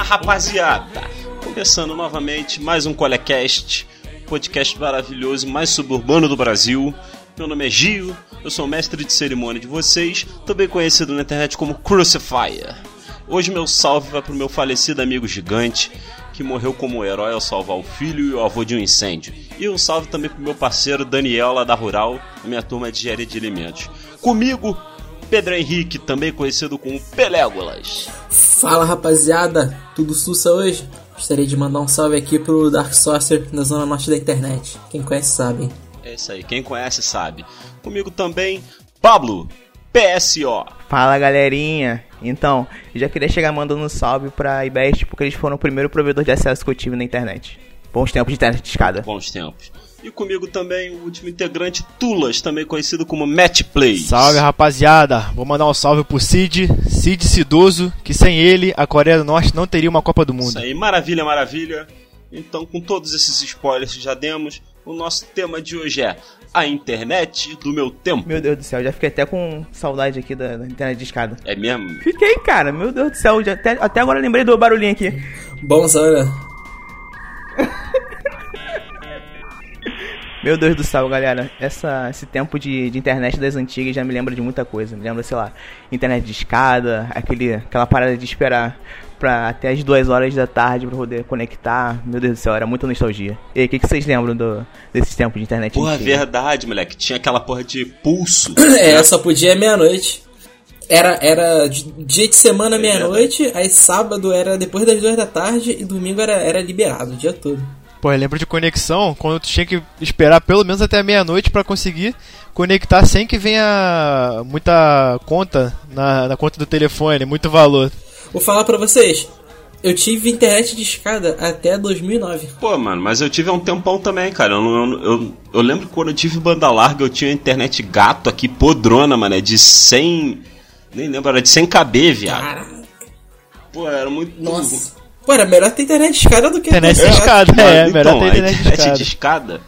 rapaziada! Começando novamente mais um Colecast, podcast maravilhoso e mais suburbano do Brasil. Meu nome é Gio, eu sou mestre de cerimônia de vocês, também conhecido na internet como Crucifier. Hoje meu salve vai pro meu falecido amigo gigante, que morreu como um herói ao salvar o filho e o avô de um incêndio. E um salve também pro meu parceiro Daniel, lá da Rural, da minha turma de engenharia de alimentos. Comigo, Pedro Henrique, também conhecido como Pelégolas. Fala rapaziada, tudo sussa hoje? Gostaria de mandar um salve aqui pro Dark Saucer na zona norte da internet. Quem conhece sabe. hein? É isso aí, quem conhece sabe. Comigo também, Pablo, PSO. Fala galerinha! Então, eu já queria chegar mandando um salve pra IBEST porque eles foram o primeiro provedor de acesso que eu tive na internet. Bons tempos de internet de escada. Bons tempos. E comigo também o último integrante, Tulas, também conhecido como Match Play. Salve rapaziada, vou mandar um salve pro Cid, Cid Cidoso, que sem ele a Coreia do Norte não teria uma Copa do Isso Mundo. aí, maravilha, maravilha. Então, com todos esses spoilers que já demos, o nosso tema de hoje é a internet do meu tempo. Meu Deus do céu, já fiquei até com saudade aqui da, da internet de escada. É mesmo? Fiquei, cara, meu Deus do céu, já- até, até agora eu lembrei do barulhinho aqui. Bom, Zara. Meu Deus do céu, galera, essa, esse tempo de, de internet das antigas já me lembra de muita coisa. Me lembra, sei lá, internet de escada, aquele, aquela parada de esperar pra até as duas horas da tarde pra poder conectar. Meu Deus do céu, era muita nostalgia. E aí, o que, que vocês lembram do, desses tempos de internet Porra, é antiga? verdade, moleque. Tinha aquela porra de pulso. É, só podia meia-noite. Era, era de- dia de semana meia-noite, aí sábado era depois das duas da tarde e domingo era, era liberado o dia todo. Pô, eu lembro de conexão, quando tu tinha que esperar pelo menos até a meia-noite pra conseguir conectar sem que venha muita conta na, na conta do telefone, muito valor. Vou falar pra vocês, eu tive internet de escada até 2009. Pô, mano, mas eu tive há um tempão também, cara. Eu, não- eu, eu, eu lembro que quando eu tive banda larga, eu tinha internet gato aqui, podrona, mano. É de 100. Nem lembro, era de 100 KB, viado. Caraca, Pô, era muito. nossa. Pô, era melhor ter internet de escada do que Internet de ter escada, Mano, é, melhor então, ter a internet de escada. de escada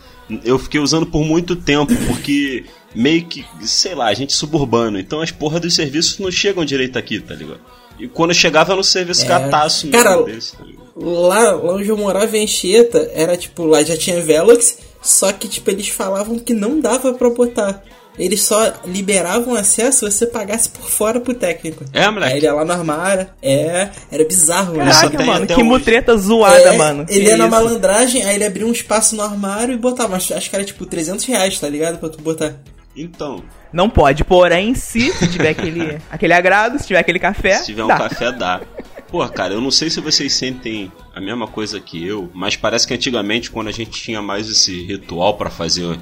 eu fiquei usando por muito tempo, porque meio que, sei lá, a gente é suburbano. Então as porra dos serviços não chegam direito aqui, tá ligado? E quando eu chegava era um serviço É. gataço Cara, mesmo desse, tá ligado? Lá, lá onde eu morava em Anchieta, era tipo, lá já tinha Velox, só que tipo, eles falavam que não dava pra botar. Eles só liberavam acesso se você pagasse por fora pro técnico. É, Aí moleque. ele ia lá no armário, é, era bizarro, mano. Caraca, Só- Caraca, tem mano, até que hoje. mutreta zoada, É, mano. Ele Que ia na isso? malandragem, aí ele abria um espaço no armário e botava. Acho, acho que era tipo 300 reais, tá ligado? Pra tu botar. Então, Não pode, porém, se tiver aquele, aquele agrado, se tiver aquele café, Se tiver um É? dá. café, dá. Pô, cara, eu não sei se vocês sentem a mesma coisa que eu, mas parece que antigamente, quando a gente tinha mais esse ritual pra fazer,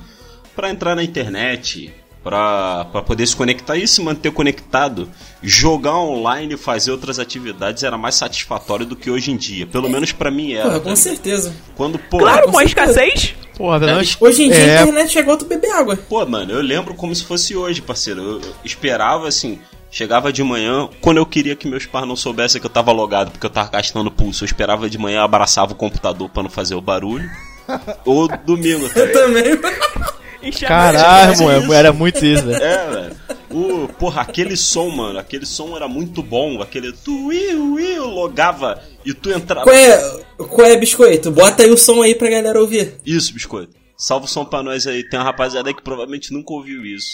pra entrar na internet, pra pra poder se conectar e se manter conectado, jogar online e fazer outras atividades era mais satisfatório do que hoje em dia. Pelo menos pra mim Porra, era. tá com certeza. Quando, pô, Claro, Com com a certeza. escassez. Porra, pelo menos Hoje em dia É. a internet é igual tu beber água. Pô, mano, eu lembro como se fosse hoje, parceiro. Eu eu esperava assim, chegava de manhã, quando eu queria que meus pais não soubessem que eu tava logado, porque eu tava gastando pulso, eu esperava de manhã, abraçava o computador pra não fazer o barulho. Ou domingo, tá Eu ligado? também. Caralho, isso. mano, era muito isso, velho. É, velho. O, porra, aquele som, mano, aquele som era muito bom, aquele tu ui, ui, eu logava e tu entrava. Qual é, qual é, biscoito? Bota aí o som aí pra galera ouvir. Isso, biscoito. Salva o som pra nós aí. Tem uma rapaziada aí que provavelmente nunca ouviu isso.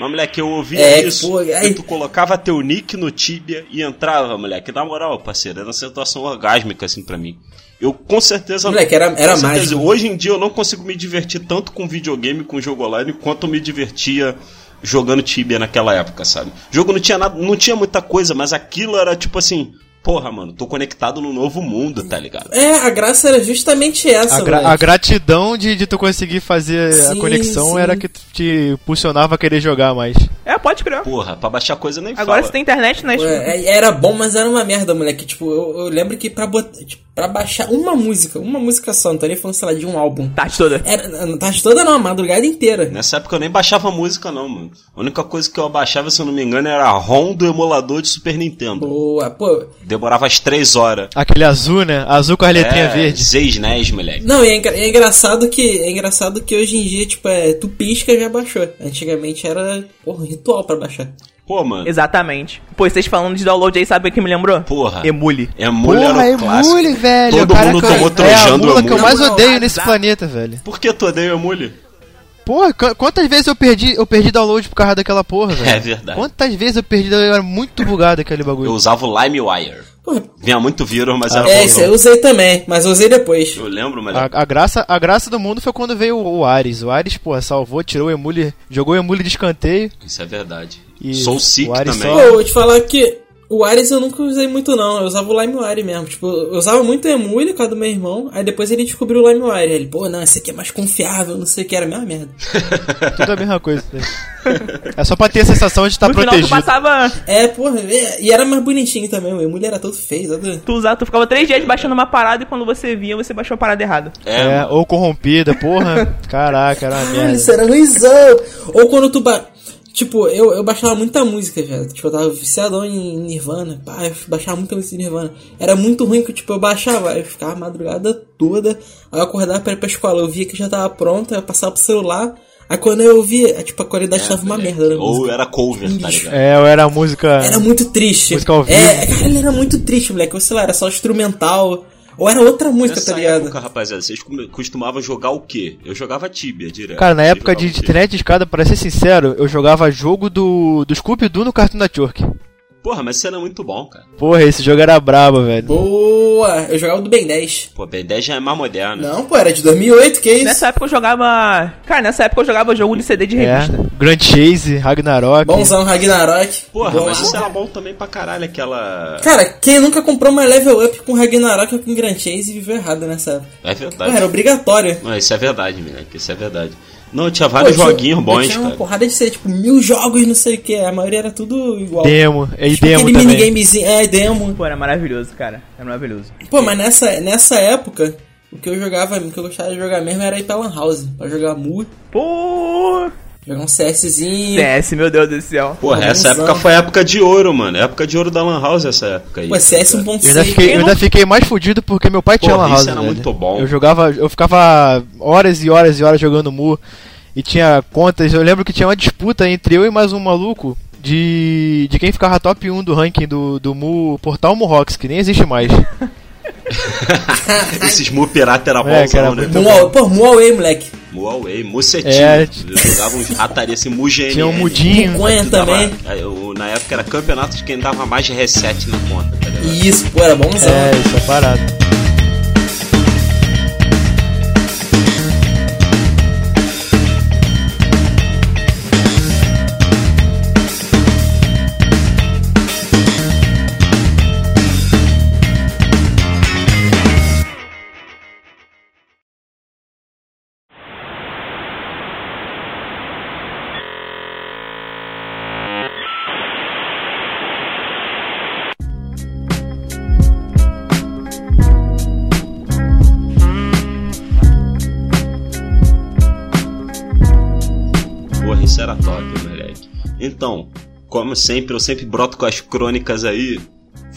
Mas, moleque, eu ouvia É, isso. pô, e aí- tu colocava teu nick no Tibia e entrava, moleque. Na moral, parceiro, era uma situação orgásmica, assim, pra mim. Eu com certeza. Moleque, era- era com certeza, mágico. Hoje em dia eu não consigo me divertir tanto com videogame, com jogo online, quanto eu me divertia jogando Tibia naquela época, sabe? O jogo não tinha nada, não tinha muita coisa, mas aquilo era tipo assim, porra, mano, tô conectado no novo mundo, tá ligado? É, a graça era justamente essa, A, gra- moleque. a gratidão de, de tu conseguir fazer Sim, a conexão sim. era que te impulsionava a querer jogar mais. É, pode crer. Porra, pra baixar coisa nem Agora fala. você tem internet, né? Ué, é- Era bom, mas era uma merda, moleque. Tipo, eu, eu lembro que pra, bot... tipo, pra baixar uma música, uma música só, não tô nem falando, sei lá, de um álbum. Tarde toda. Era, não tá toda não, a madrugada inteira. Nessa época eu nem baixava música não, mano. A única coisa que eu baixava, se eu não me engano, era a ROM do emulador de Super Nintendo. Boa, pô. Demorava as três horas. Aquele azul, né? Azul com as letrinhas é, verdes. Seis NES, moleque. Não, e é, engra- é engraçado que é engraçado que hoje em dia, tipo, é, tu pisca já baixou. Antigamente era porra, um ritual pra baixar. Pô, mano. Exatamente. Pô, vocês falando de download aí, sabe o que me lembrou? Porra. Emule. Emule Porra, era é o clássico. mule, velho. Todo Caraca, mundo tomou É a trojando o mula que eu Emule. mais odeio Não, nesse não. planeta, velho. Por que tu odeia o Emule? Porra, qu- quantas vezes eu perdi, eu perdi download por causa daquela porra, velho? É verdade. Quantas vezes eu perdi, eu era muito bugado aquele bagulho. Eu usava o LimeWire. Porra, Vinha muito vírus, mas era é, bom, isso né? não. eu usei também, mas usei depois. Eu lembro, mas A, a graça, a graça do mundo foi quando veio o, o Ares. O Ares, porra, salvou, tirou o Emule, jogou o Emule de escanteio. isso é verdade. E Soul Sick o Ares também. Pô, eu vou te falar que o Ares eu nunca usei muito não, eu usava o LimeWire mesmo. Tipo, eu usava muito o Emule com a do meu irmão, aí depois ele descobriu o LimeWire. Ele, pô, não, esse aqui é mais confiável, não sei o que, era a mesma merda. Tudo a mesma coisa. né? É só pra ter a sensação de estar no protegido. final tu passava. É, porra, é, e era mais bonitinho também, o Emule era todo feio, todo... Tu usava, tu ficava três dias baixando uma parada e quando você vinha, você baixou a parada errada. É, É, ou corrompida, porra. Caraca, era uma Caralho, isso é merda. era ruizão! Ou quando tu... Ba... Tipo, eu, eu baixava muita música, velho. Tipo, eu tava viciadão em Nirvana. Pá, eu baixava muita música de Nirvana. Era muito ruim que, tipo, eu baixava. Eu ficava a madrugada toda. Aí eu acordava pra ir pra escola. Eu via que já tava pronta. Eu passava pro celular. Aí quando eu via, tipo, a qualidade tava uma merda. da É, Ou música. era cover, tá Lixo. ligado? É, eu era a música. Era muito triste. Música ao vivo. É, cara, era muito triste, moleque. Ou, Sei lá, era só instrumental. Ou era outra música, Nessa tá ligado? é época, rapaziada, vocês cum- costumavam jogar o quê? Eu jogava Tibia direto. Cara, na Eu época de jogava Tibia. internet de escada, pra ser sincero, eu jogava jogo do, do Scooby-Doo no Cartoon Network. Porra, mas isso era muito bom, cara. Porra, esse jogo era brabo, velho. Boa! Eu jogava do Ben 10. Pô, Ben 10 já é mais moderno. Não, pô, era de 2008, que isso? Nessa época eu jogava. Cara, nessa época eu jogava jogo de CD de É, revista. Grand Chase, Ragnarok. Bonzão Ragnarok. Porra, Bom. é. mas isso era bom também pra caralho, aquela. Cara, quem nunca comprou uma level up com Ragnarok ou com Grand Chase e viveu errado nessa época? É Não, era verdade. obrigatório. Não, isso é verdade, moleque. Isso é verdade. Não, tinha vários Pô, joguinhos tinha- bons, Tinha uma cara. porrada de ser, tipo, mil jogos, não sei o que. A maioria era tudo igual. Demo, e Tipo, demo aquele também. minigamezinho. É, demo. Pô, era maravilhoso, cara. Era maravilhoso. Pô, mas nessa, nessa época, o que eu jogava, o que eu gostava de jogar mesmo era ir pra Lan House. Pra jogar Mu, Pô! jogar um CSzinho. CS, meu Deus do céu. Porra, essa Bonzão. época foi a época de ouro, mano. Época de ouro da Lan House, essa época aí. tá Pô, um CS Eu ainda, 1.6. fiquei, eu ainda fiquei mais fudido porque meu pai tinha Porra, lan isso house, era velho. muito bom. Eu jogava, eu ficava horas e horas e horas jogando Mu e tinha contas. Eu lembro que tinha uma disputa entre eu e mais um maluco de, de quem ficava top 1 do ranking do, do Mu Portal Mu Rocks, que nem existe mais. Esses Mu Pirata era É, que era bonzão, né? muito- Mual- Pô, Muaway, moleque. Muawei, Mucetinho. É. Jogava uns rataria assim, Mugene. Tinha um mudinho. Muconha também. É, Na época era campeonato de quem dava mais de reset na conta, tá ligado? E Isso, pô, era bonzão. É, isso é parado. Porra, isso era top, moleque. Então, como sempre, eu sempre broto com as crônicas aí.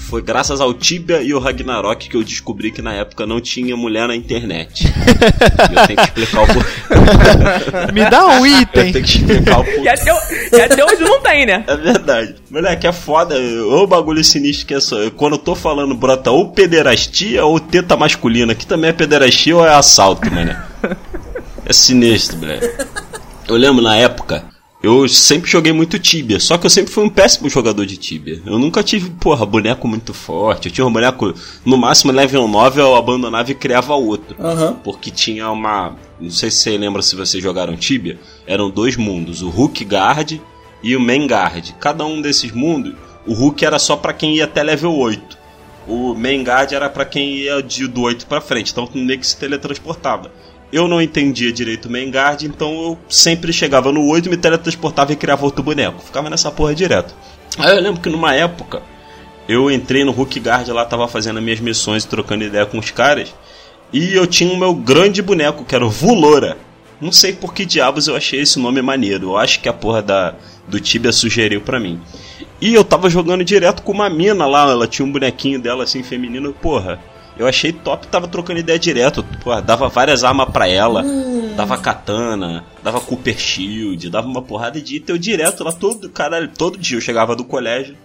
Foi graças ao Tibia e o Ragnarok que eu descobri que na época não tinha mulher na internet. E eu tenho que explicar o porquê. Me dá um Eu item. tenho que explicar o porquê. E até, o- e até hoje não tem, né? É verdade. Moleque, é foda. O bagulho sinistro que é só. Quando eu tô falando, brota ou pederastia ou teta masculina. Que também é pederastia ou é assalto, mané. É sinistro, moleque. Eu lembro na época, eu sempre joguei muito Tibia. Só que eu sempre fui um péssimo jogador de Tibia. Eu nunca tive, porra, boneco muito forte. Eu tinha um boneco, no máximo, level 9, eu abandonava e criava outro. Aham. Porque tinha uma. Não sei se você lembra se vocês jogaram Tibia. Eram dois mundos, o Hulk Guard e o Main Guard. Cada um desses mundos, o Hulk era só pra quem ia até level 8. O Main Guard era pra quem ia de, do 8 pra frente. Então tu meio que se teletransportava. Eu não entendia direito o Main Guard, então eu sempre chegava no 8, me teletransportava e criava outro boneco. Ficava nessa porra direto. Aí eu lembro que numa época eu entrei no Hulk Guard lá, tava fazendo as minhas missões e trocando ideia com os caras. E eu tinha o meu grande boneco, que era o Vulora. Não sei por que diabos eu achei esse nome maneiro. Eu acho que a porra da, do Tibia sugeriu pra mim. E eu tava jogando direto com uma mina lá, ela tinha um bonequinho dela assim, feminino. Porra, Eu achei top, tava trocando ideia direto. Pô, dava várias armas pra ela. Dava katana, dava Cooper Shield, dava uma porrada de item. Eu direto lá todo, caralho, todo dia eu chegava do colégio,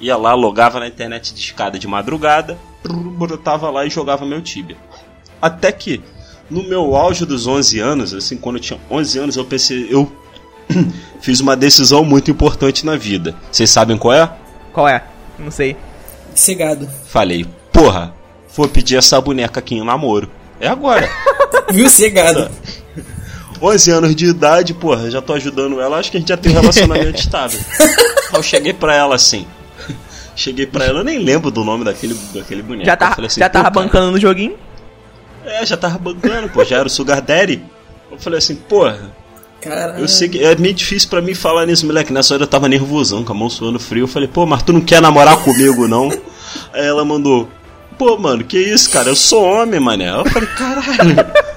ia lá, logava na internet de escada de madrugada, prrr, brotava lá e jogava meu Tibia. Até que, no meu auge dos 11 anos, assim, quando eu tinha 11 anos, eu pensei, eu fiz uma decisão muito importante na vida. Vocês sabem qual é? Qual é? Não sei. Cegado. Falei, porra, vou pedir essa boneca aqui em namoro. É agora. Viu? Cegado. 11 anos de idade, porra, já tô ajudando ela, acho que a gente já tem um relacionamento estável. Aí eu cheguei pra ela assim. Cheguei pra ela, eu nem lembro do nome daquele, daquele boneco. Já, Eu tá, falei assim, já tava "Pô, cara, bancando no joguinho? É, já tava bancando, pô, já era o Sugar Daddy. Eu falei assim, porra, Caralho. eu sei que é meio difícil pra mim falar nisso, moleque. Nessa hora eu tava nervosão, com a mão suando frio. Eu falei, pô, mas tu não quer namorar comigo, não? Aí ela mandou, pô, mano, que isso, cara? Eu sou homem, mané. Eu falei, caralho.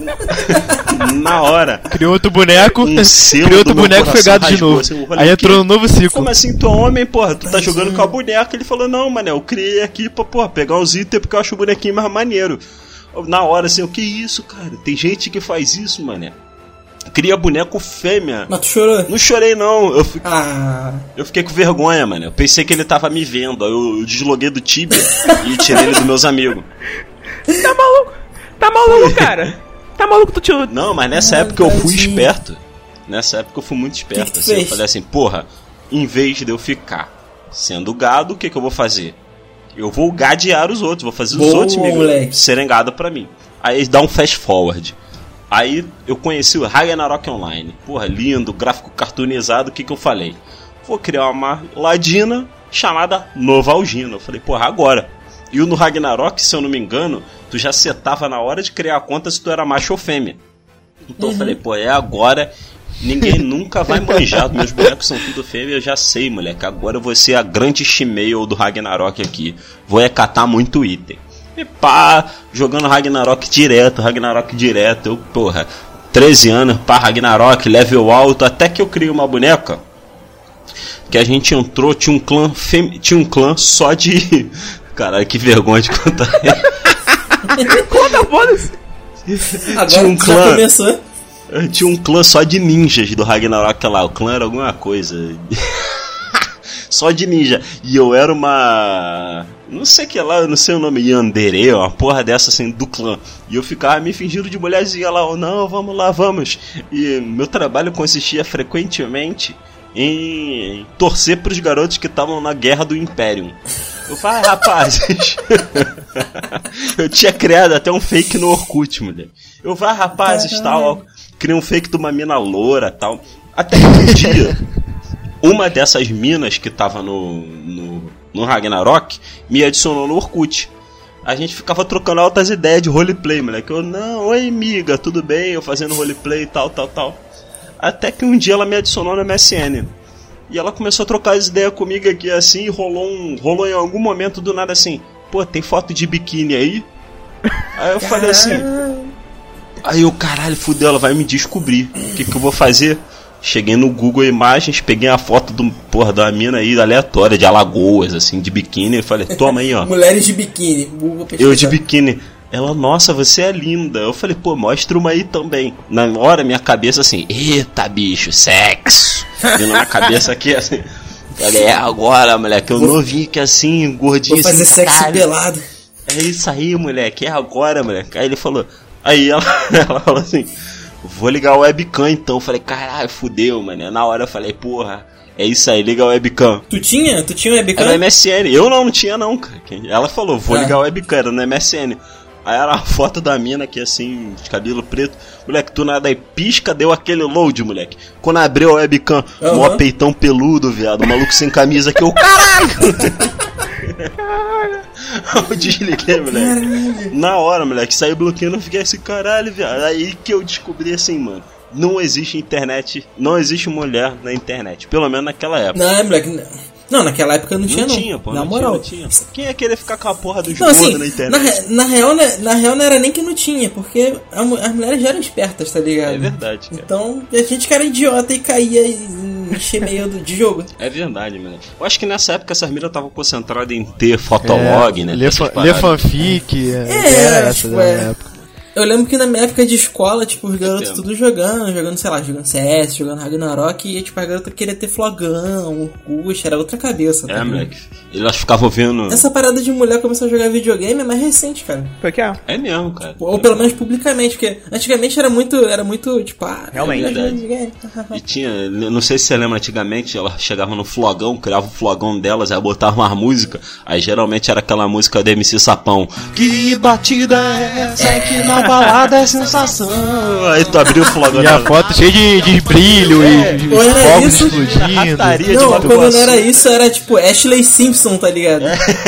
Na hora. Criou outro boneco, Um selo criou do outro meu boneco coração pegado de rasgou, novo. assim, eu falei, Aí entrou "Que? no novo ciclo. Como assim, tu é homem, porra? Tu tá jogando com a boneca? Ele falou, não, mané, eu criei aqui pra, porra, pegar uns itens porque eu acho o bonequinho mais maneiro. Na hora, assim, o que isso, cara? Tem gente que faz isso, mané. Cria boneco fêmea. Mas tu chorou? Não chorei, não. Eu, fi- Ah. eu fiquei com vergonha, mano. Eu pensei que ele tava me vendo. Aí eu, eu desloguei do Tibia e tirei ele dos meus amigos. Tá maluco? Tá maluco, cara? Tá maluco, tu tirou. Não, mas nessa Ah, época eu fui tadinho. esperto. Nessa época eu fui muito Que esperto. que assim, eu fez? falei assim, porra, em vez de eu ficar sendo gado, o que, que eu vou fazer? Eu vou gadear os outros, vou fazer os Boa, outros me moleque. serem gado pra mim. Aí dá um fast forward. Aí eu conheci o Ragnarok Online. Porra, lindo, gráfico cartoonizado, o que, que eu falei? Vou criar uma ladina chamada Novalgina. Eu falei, porra, agora. E o no Ragnarok, se eu não me engano, tu já setava na hora de criar a conta se tu era macho ou fêmea. Então eu falei, pô, é agora. Ninguém nunca vai manjar. Meus bonecos são tudo fêmea, eu já sei, moleque. Agora eu vou ser a grande shemale do Ragnarok aqui. Vou é catar muito item. E pá, jogando Ragnarok direto, Ragnarok direto. Eu, porra, 13 anos, pá, Ragnarok, level alto. Até que eu criei uma boneca que a gente entrou, tinha um clã, fem... tinha um clã só de. Caralho, que vergonha de contar. Conta, foda-se. Agora Tinha um já clã. começou. Tinha um clã só de ninjas do Ragnarok lá. O clã era alguma coisa. só de ninja. E eu era uma. Não sei que lá, eu não sei o nome. Yandere, uma porra dessa assim, do clã. E eu ficava me fingindo de mulherzinha lá. ó, Não, vamos lá, vamos. E meu trabalho consistia frequentemente em torcer pros garotos que estavam na guerra do Império. Eu falei, ah, rapazes. eu tinha criado até um fake no Orkut, mulher. Eu falei, ah, rapazes, tal. ó, Criei um fake de uma mina loura, tal. Até que um dia, uma dessas minas que tava no, no, no Ragnarok me adicionou no Orkut. A gente ficava trocando altas ideias de roleplay, moleque. Eu, não, oi, miga, tudo bem? Eu fazendo roleplay e tal, tal, tal. Até que um dia ela me adicionou no MSN. E ela começou a trocar as ideias comigo aqui assim, e rolou um. rolou em algum momento do nada assim, pô, tem foto de biquíni aí? Aí eu falei assim. Aí eu, caralho, fudeu, ela vai me descobrir. O que, que eu vou fazer? Cheguei no Google Imagens, peguei a foto do porra da mina aí aleatória, de Alagoas, assim, de biquíni, e falei, toma aí, ó. Mulheres de biquíni. Google Eu pesquisar. de biquíni. Ela, nossa, você é linda. Eu falei, pô, mostra uma aí também. Na hora, minha cabeça assim, eita, bicho, sexo. E na minha cabeça aqui, assim. Falei, é agora, moleque, eu novinho que assim, gordinho. Vou fazer assim, sexo caralho. pelado. É isso aí, moleque, é agora, moleque. Aí ele falou. Aí ela, ela falou assim: Vou ligar o webcam então. Eu falei, caralho, fudeu, mano. Na hora eu falei, porra, é isso aí, liga o webcam. Tu tinha? Tu tinha um webcam? Era no MSN. Eu não, não tinha não, cara. Quem- Ela falou, vou Ah. ligar o webcam, era no MSN. Aí era a foto da mina aqui assim, de cabelo preto. Moleque, tu nada aí, pisca, deu aquele load, moleque. Quando abriu o webcam, Aham. mó peitão peludo, viado. O maluco sem camisa que eu. Caralho! eu desliguei, moleque. Na hora, moleque, saiu bloqueando, eu fiquei assim, caralho, viado. Aí que eu descobri assim, mano. Não existe internet, não existe mulher na internet. Pelo menos naquela época. Não, é, moleque. não. Não, naquela época não tinha, Não não. tinha, pô. Na não moral. Tinha, não tinha. Quem ia querer ficar com a porra do Não, jogo assim, na na, internet? re- na real, né, na real não era nem que não tinha, porque a mu- as mulheres já eram espertas, tá ligado? É verdade, cara. Então, a gente que era idiota e caía em encher meio do, de jogo. É verdade, mano. Eu acho que nessa época essas miras estavam concentradas em ter É, fotolog, né? Ler, Essas fa ler paradas. fanfic, é, É, era essa tipo, da é. época. Eu lembro que na minha época de escola, tipo, os garotos Entendo. tudo jogando, jogando, sei lá, jogando CS, jogando Ragnarok, e tipo, a garota queria ter flogão, Urkush, era outra cabeça. É, tá ligado? moleque. Elas ficavam vendo. Essa parada de mulher começar a jogar videogame é mais recente, cara. Foi que é. É mesmo, cara. Ou pelo menos publicamente, porque antigamente era muito, era muito, tipo, ah, Realmente. eu jogo Verdade. videogame. né? E tinha, não sei se você lembra antigamente, elas chegavam no flogão, criavam o flogão delas, aí botavam as músicas, aí geralmente era aquela música da MC Sapão. Que batida é essa que na balada é sensação? Aí tu abriu o flogão E a dela. foto cheia de, de brilho e de Ou era fogos É, isso? explodindo. Rataria de Não, Mato quando Grosso. não era isso, era tipo Ashley Simpson, tá ligado?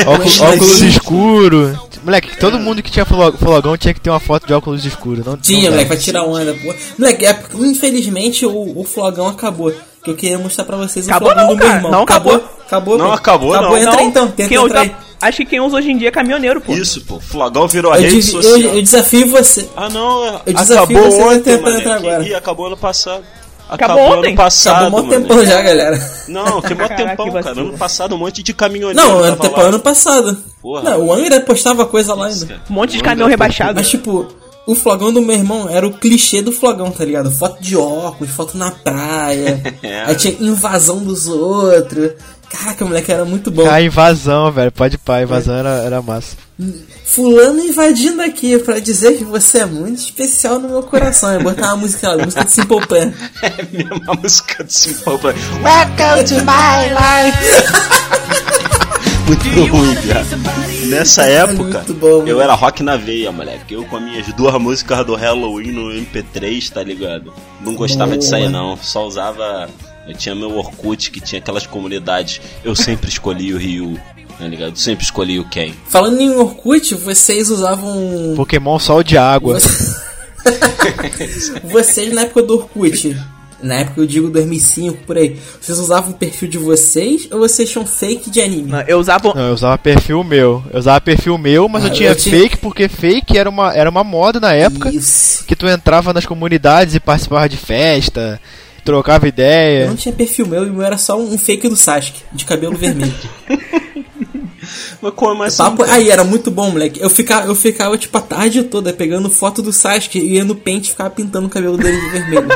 Óculos, Mas- óculos escuro. Moleque, todo mundo que tinha flo- flogão tinha que ter uma foto de óculos escuro. Não, Tinha, não moleque, pra tirar onda, pô. Moleque, é porque, infelizmente o, o flogão acabou. Que eu queria mostrar pra vocês Acabou o flogão não, do meu cara. irmão. Não, acabou. Acabou, Não, pô. acabou, não. Entra Não, então, tenta quem entrar usa- aí. Acho que quem usa hoje em dia é caminhoneiro, pô. Isso, pô. Flogão virou a Eu, rede des- social. eu, eu desafio você. Ah, não, eu desafio acabou vocês a ontem, tentar mano. entrar agora. Ih, acabou ano passado. Acabou ontem? ano passado, Acabou um mané. tempão já, galera. Não, tem mó Caraca, tempão, que cara. vacilo. Ano passado um monte de caminhoneiro Não, tava ano, lá. tempo- ano passado. Porra. Não, o Angra postava coisa lá ainda. Um monte de caminhão Manga, pô. rebaixado. Mas, tipo, o flogão do meu irmão era o clichê do flogão, tá ligado? Foto de óculos, foto na praia. É. aí tinha invasão dos outros. Caraca, moleque, era muito bom. A invasão, velho. Pode pá, a invasão era, era massa. Fulano invadindo aqui pra dizer que você é muito especial no meu coração. Eu botar uma música lá, música de Simple Plan. É mesmo a música do Simple Plan. Welcome to my life. Muito ruim, cara. Nessa época, Muito bom, eu mano. era rock na veia, moleque. Eu com as minhas duas músicas do Halloween no MP3, tá ligado? Não gostava de sair, não. Só usava. Eu tinha meu Orkut, que tinha aquelas comunidades. Eu sempre escolhi o Ryu, tá ligado? Sempre escolhi o Ken. Falando em Orkut, vocês usavam. um- Pokémon Sol de Água. vocês na época do Orkut. Na época eu digo 2005, por aí. Vocês usavam o perfil de vocês ou vocês tinham fake de anime? Não, né, eu usava. um Não, eu usava perfil meu. Eu usava perfil meu, mas Ah, eu tinha eu tinha- fake, porque fake era uma, era uma moda na época. Isso. Que tu entrava nas comunidades e participava de festa, trocava Eu ideia. não tinha perfil meu e o meu era só um fake do Sasuke, de cabelo vermelho. Mas como assim? Papo- Aí era muito bom, moleque. Eu ficava, eu ficava, tipo, a tarde toda pegando foto do Sasuke e ia no pente e ficava pintando o cabelo dele de vermelho.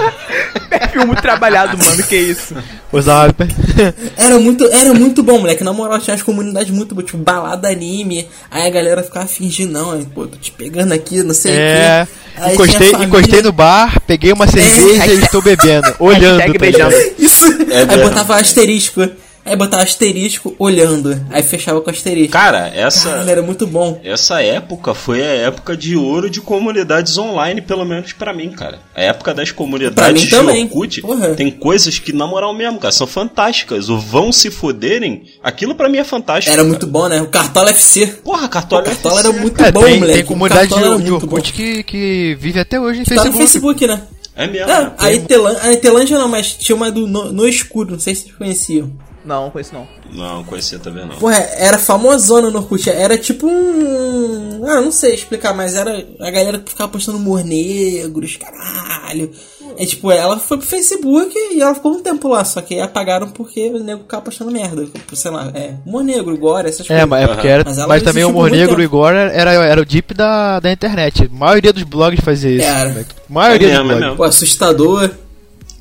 Perfil muito trabalhado, mano. Que isso? Usava. per- Era muito, era muito bom, moleque. Na moral, tinha as comunidades muito boas, tipo, balada anime. Aí a galera ficava fingindo, não, aí, pô, tô te pegando aqui, não sei o É. quê. Aí tinha Encostei, a família- É. encostei no bar, peguei uma cerveja e estou bebendo, olhando. Hashtag Tá ligado? beijando. Isso. aí É mesmo. botava asterisco. Aí botava asterisco olhando. Aí fechava com asterisco. Cara, essa. Caralho, era muito bom. Essa época foi a época de ouro de comunidades online, pelo menos pra mim, cara. A época das Pra mim comunidades de também. Orkut Porra. tem coisas que, na moral mesmo, cara, são fantásticas. O vão se foderem, aquilo pra mim é fantástico. Era cara. muito bom, né? O Cartola FC. Porra, O Cartola, Cartola FC, era muito É, bom, tem, moleque. tem O comunidade Cartola era de, de muito bom. Orkut que, que vive até hoje em Tá no Facebook. Facebook, né? É mesmo. É, né? a Itelândia, a Itelândia não, mas tinha uma do no, No Escuro, não sei se vocês conheciam. Não, com isso não. Não, conhecia também não. Porra, era famosona no Orkut, era tipo um... Ah, não sei explicar, mas era a galera que ficava postando humor negro, os caralho. É tipo, ela foi pro Facebook e ela ficou um tempo lá, só que aí apagaram porque o nego ficava postando merda. tipo, Sei lá, é, humor negro, agora, essas É, coisas. mas é porque era, Mas mas, ela também existiu o por humor muito negro tempo. igual era, era o deep da, da internet. A maioria dos blogs fazia isso. Era. moleque. A maioria É mesmo, dos é blogs. mesmo. Pô, assustador.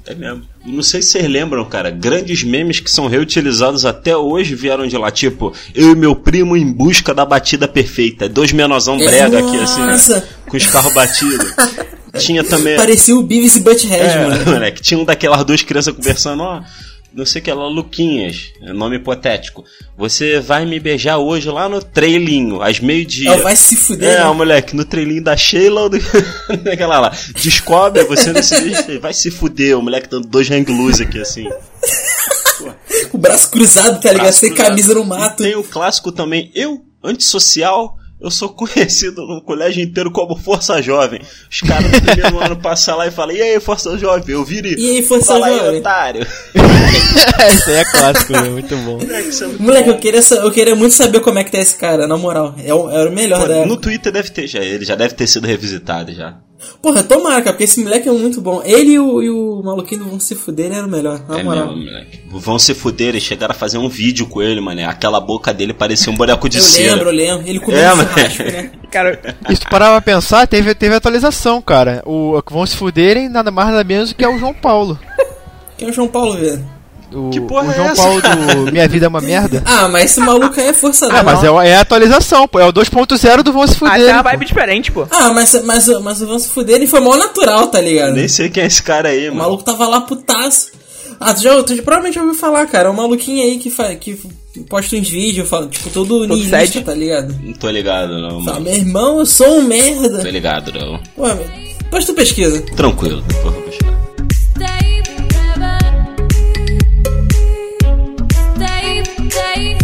É mesmo. E Não sei se vocês lembram, cara, grandes memes que são reutilizados até hoje vieram de lá, tipo, eu e meu primo em busca da batida perfeita. Dois menorzão brega aqui, assim, né? É, Nossa. Com os carros batidos. Tinha também. Parecia o Beavis e Butthead, É, mano. moleque, tinha um daquelas duas crianças conversando, ó. Não sei o que lá, Luquinhas, é nome hipotético. Você vai me beijar hoje lá no trailinho, às meio-dia. Ela vai se fuder, É, né? ó, moleque, no trailinho da Sheila ou do... daquela é lá. Descobre, você não se deixa. Vai se fuder, o moleque dando dois hang loose aqui assim. Com o braço cruzado, tá ligado? Braço Sem cruzado. camisa no E mato. Tem o clássico também, eu, antissocial, eu sou conhecido no colégio inteiro como Força Jovem. Os caras do primeiro ano passam lá e falam, e aí, Força Jovem? Eu viro E aí, Força "Fala aí, Jovem?" otário. Isso aí é clássico, né? muito bom. Moleque, isso é muito Moleque, bom. eu queria, sa- eu queria muito saber como é que tá esse cara, na moral. É o, era o melhor Pô, da no época. Twitter deve ter já, ele já deve ter sido revisitado já. Porra, tomara, cara, porque esse moleque é muito bom. Ele e o, e o maluquinho do vão se fuder, ele era o melhor, na é moral. mesmo, moleque. Vão se fuder, eles chegaram a fazer um vídeo com ele, mané. Aquela boca dele parecia um buraco de eu cera. lembro, eu lembro. Ele comeu É, um mano. churrasco, né? Cara, E se tu parar pra pensar, teve, teve atualização, cara. O, vão se fuderem, nada mais nada menos que é o João Paulo. Quem é o João Paulo, velho? O, Que porra o é João essa? Paulo do Minha Vida é uma Merda. Ah, mas esse maluco aí é força Ah, mas é, o- é a atualização, pô. É o 2.0 do Vão Se até é Fuderem. uma pô. vibe diferente, pô. Ah, mas, mas, mas o Vão se fuder, ele foi mal natural, tá ligado? Nem sei quem é esse cara aí, O mano. maluco tava lá putaço. Ah, tu já, tu já- provavelmente já ouviu falar, cara. É um maluquinho aí que, fa, que posta uns vídeos, fala, tipo, todo niilista, sad. tá ligado? Não tô ligado, não, Fala, mano. meu irmão, eu sou um merda. Tô ligado, não. Pô, meu- depois tu pesquisa. Tranquilo, depois eu vou buscar. Stay forever. Stay, stay.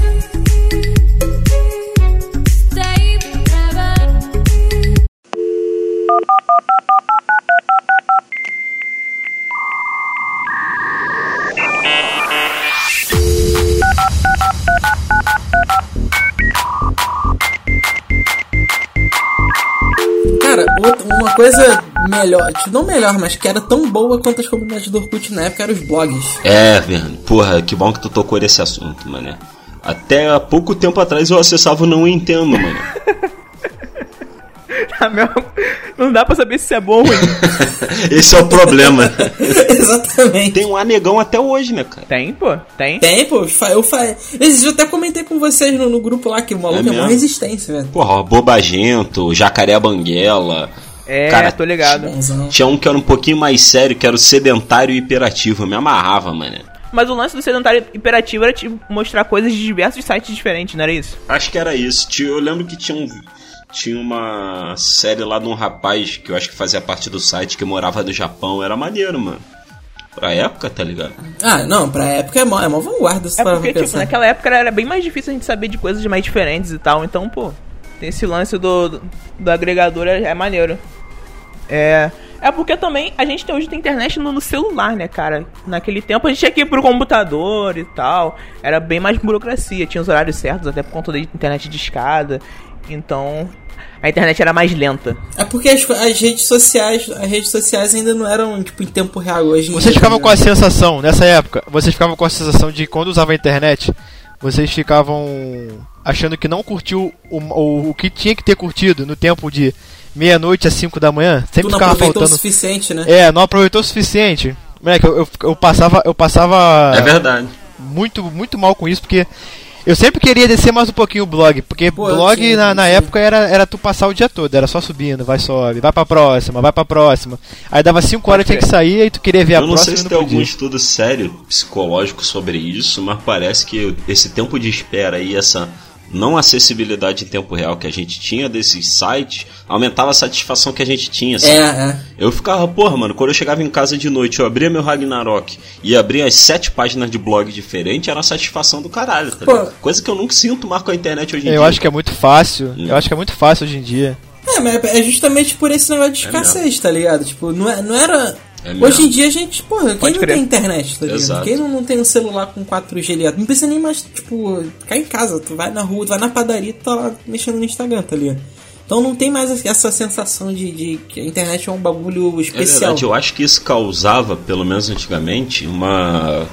Stay forever. Cara, outra- uma coisa melhor, tipo, não melhor, mas que era tão boa quanto as comunidades do Orkut na época eram os blogs. É, velho. Porra, que bom que tu tocou nesse assunto, mané. Até há pouco tempo atrás eu acessava o Não Entendo, mano. Tá mesmo? Não dá pra saber se isso é bom ou ruim. Esse é o problema. Exatamente. Tem um anegão até hoje, né, cara? Tem, pô. Tem. Tem, pô, eu fa- eu falei. Eu até comentei com vocês no, no grupo lá que o maluco É é, uma mesmo? resistência, velho. Porra, ó, Bobagento, Jacaré Banguela. É, Cara, tô ligado. Bonzão. Tinha um que era um pouquinho mais sério, que era o sedentário e hiperativo. Eu me amarrava, mané. Mas o lance do sedentário imperativo era te mostrar coisas de diversos sites diferentes, não era isso? Acho que era isso. Tinha- Eu lembro que tinha um. Tinha uma série lá de um rapaz que eu acho que fazia parte do site que morava no Japão. Era maneiro, mano. Pra época, tá ligado? Ah, não, pra época é mó, é mó vanguarda isso É pra porque, tipo, pensar. naquela época era bem mais difícil a gente saber de coisas mais diferentes e tal. Então, pô, tem esse lance do, do, do agregador, é, é maneiro. É. É porque também a gente tem- hoje tem internet no, no celular, né, cara? Naquele tempo a gente tinha que ir pro computador e tal. Era bem mais burocracia, tinha os horários certos, até por conta da internet de escada. Então, a internet era mais lenta. É porque as, co- as redes sociais, as redes sociais ainda não eram, tipo, em tempo real hoje. em Vocês dia, ficavam né? com a sensação, nessa época, vocês ficavam com a sensação de quando usava a internet, vocês ficavam achando que não curtiu o, o, o que tinha que ter curtido no tempo de meia-noite às 5 da manhã? Tu Sempre não ficava aproveitou o faltando. suficiente, né? É, não aproveitou o suficiente. Moleque, eu, eu, eu passava, eu passava É verdade. muito, muito mal com isso, porque eu sempre queria descer mais um pouquinho o blog, porque Pô, eu blog tinha, na, eu na tinha. época era, era tu passar o dia todo, era só subindo, vai sobe, vai pra próxima, vai pra próxima. Aí dava 5 horas, tinha que sair, aí tu queria ver a eu não próxima sei e se não tem podia. algum estudo sério psicológico sobre isso, mas parece que esse tempo de espera e essa não acessibilidade em tempo real que a gente tinha desses sites aumentava a satisfação que a gente tinha. É, sabe? é. Eu ficava, porra, mano, quando eu chegava em casa de noite, eu abria meu Ragnarok e abria as sete páginas de blog diferente, era uma satisfação do caralho, tá Pô. ligado? Coisa que eu nunca sinto mais com a internet hoje em dia. Eu acho que é muito fácil. Eu acho que é muito fácil hoje em dia. É, mas é justamente por esse negócio de escassez, tá ligado? Tipo, não, é- não era. É Hoje mesmo. em dia a gente, porra, quem Pode não crer. tem internet, tá ligado? Exato. Quem não, não tem um celular com 4G ligado? Não precisa nem mais, tipo, ficar em casa. Tu vai na rua, tu vai na padaria, tu tá lá mexendo no Instagram, tá ligado? Então não tem mais essa- essa sensação de, de que a internet é um bagulho É especial. verdade, eu acho que isso causava, pelo menos antigamente, uma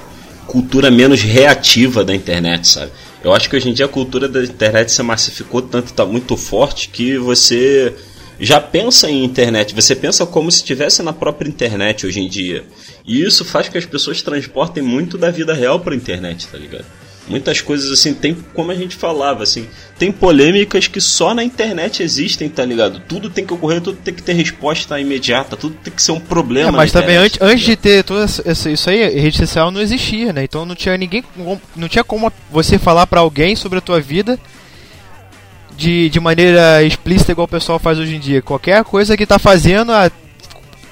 cultura menos reativa da internet, sabe? Eu acho que hoje em dia a cultura da internet se massificou tanto, tá muito forte, que você já pensa em internet, você pensa como se estivesse na própria internet hoje em dia. E isso faz que as pessoas transportem muito da vida real pra internet, tá ligado? Muitas coisas assim, tem como a gente falava, assim, tem polêmicas que só na internet existem, tá ligado? Tudo tem que ocorrer, tudo tem que ter resposta imediata, tudo tem que ser um problema. É, mas na também internet, antes, tá antes de ligado? ter tudo essa- essa- isso aí, rede social não existia, né? Então não tinha ninguém. com- Não tinha como você falar pra alguém sobre a tua vida de, de maneira explícita, igual o pessoal faz hoje em dia. Qualquer coisa que tá fazendo, ah,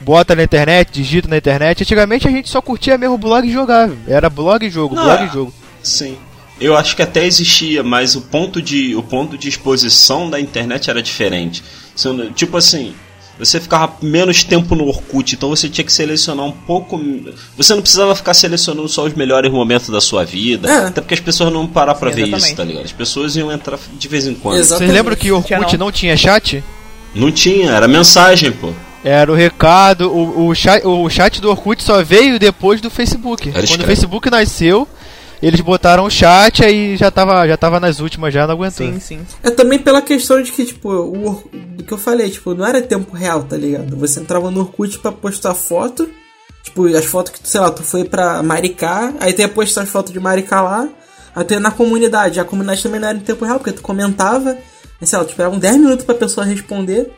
bota na internet, digita na internet. Antigamente a gente só curtia mesmo blog e jogava. Era blog e jogo, Não, blog é- e jogo. Sim. Eu acho que até existia, mas o ponto de, o ponto de exposição da internet era diferente. Você não- Tipo assim, você ficava menos tempo no Orkut, então você tinha que selecionar um pouco. Você não precisava ficar selecionando só os melhores momentos da sua vida. É. Até porque as pessoas não iam parar pra ver isso, Exatamente. tá ligado? As pessoas iam entrar de vez em quando. Exato. Vocês lembram que o Tinha Orkut não. não tinha chat? Não tinha, era mensagem, pô. Era o recado, o, o, chat, o chat do Orkut só veio depois do Facebook. Era Quando escravo. o Facebook nasceu, eles botaram o chat aí já tava, já tava nas últimas, já não aguentou. Sim, sim. É também pela questão de que, tipo, o Or- do que eu falei, tipo, não era tempo real, tá ligado? Você entrava no Orkut pra postar foto, tipo, as fotos que, tu, sei lá, tu foi pra Maricá, aí tu ia postar as fotos de Maricá lá, aí tu ia na comunidade. A comunidade também não era em tempo real, porque tu comentava, aí, sei lá, tu pegava 10 minutos pra pessoa responder.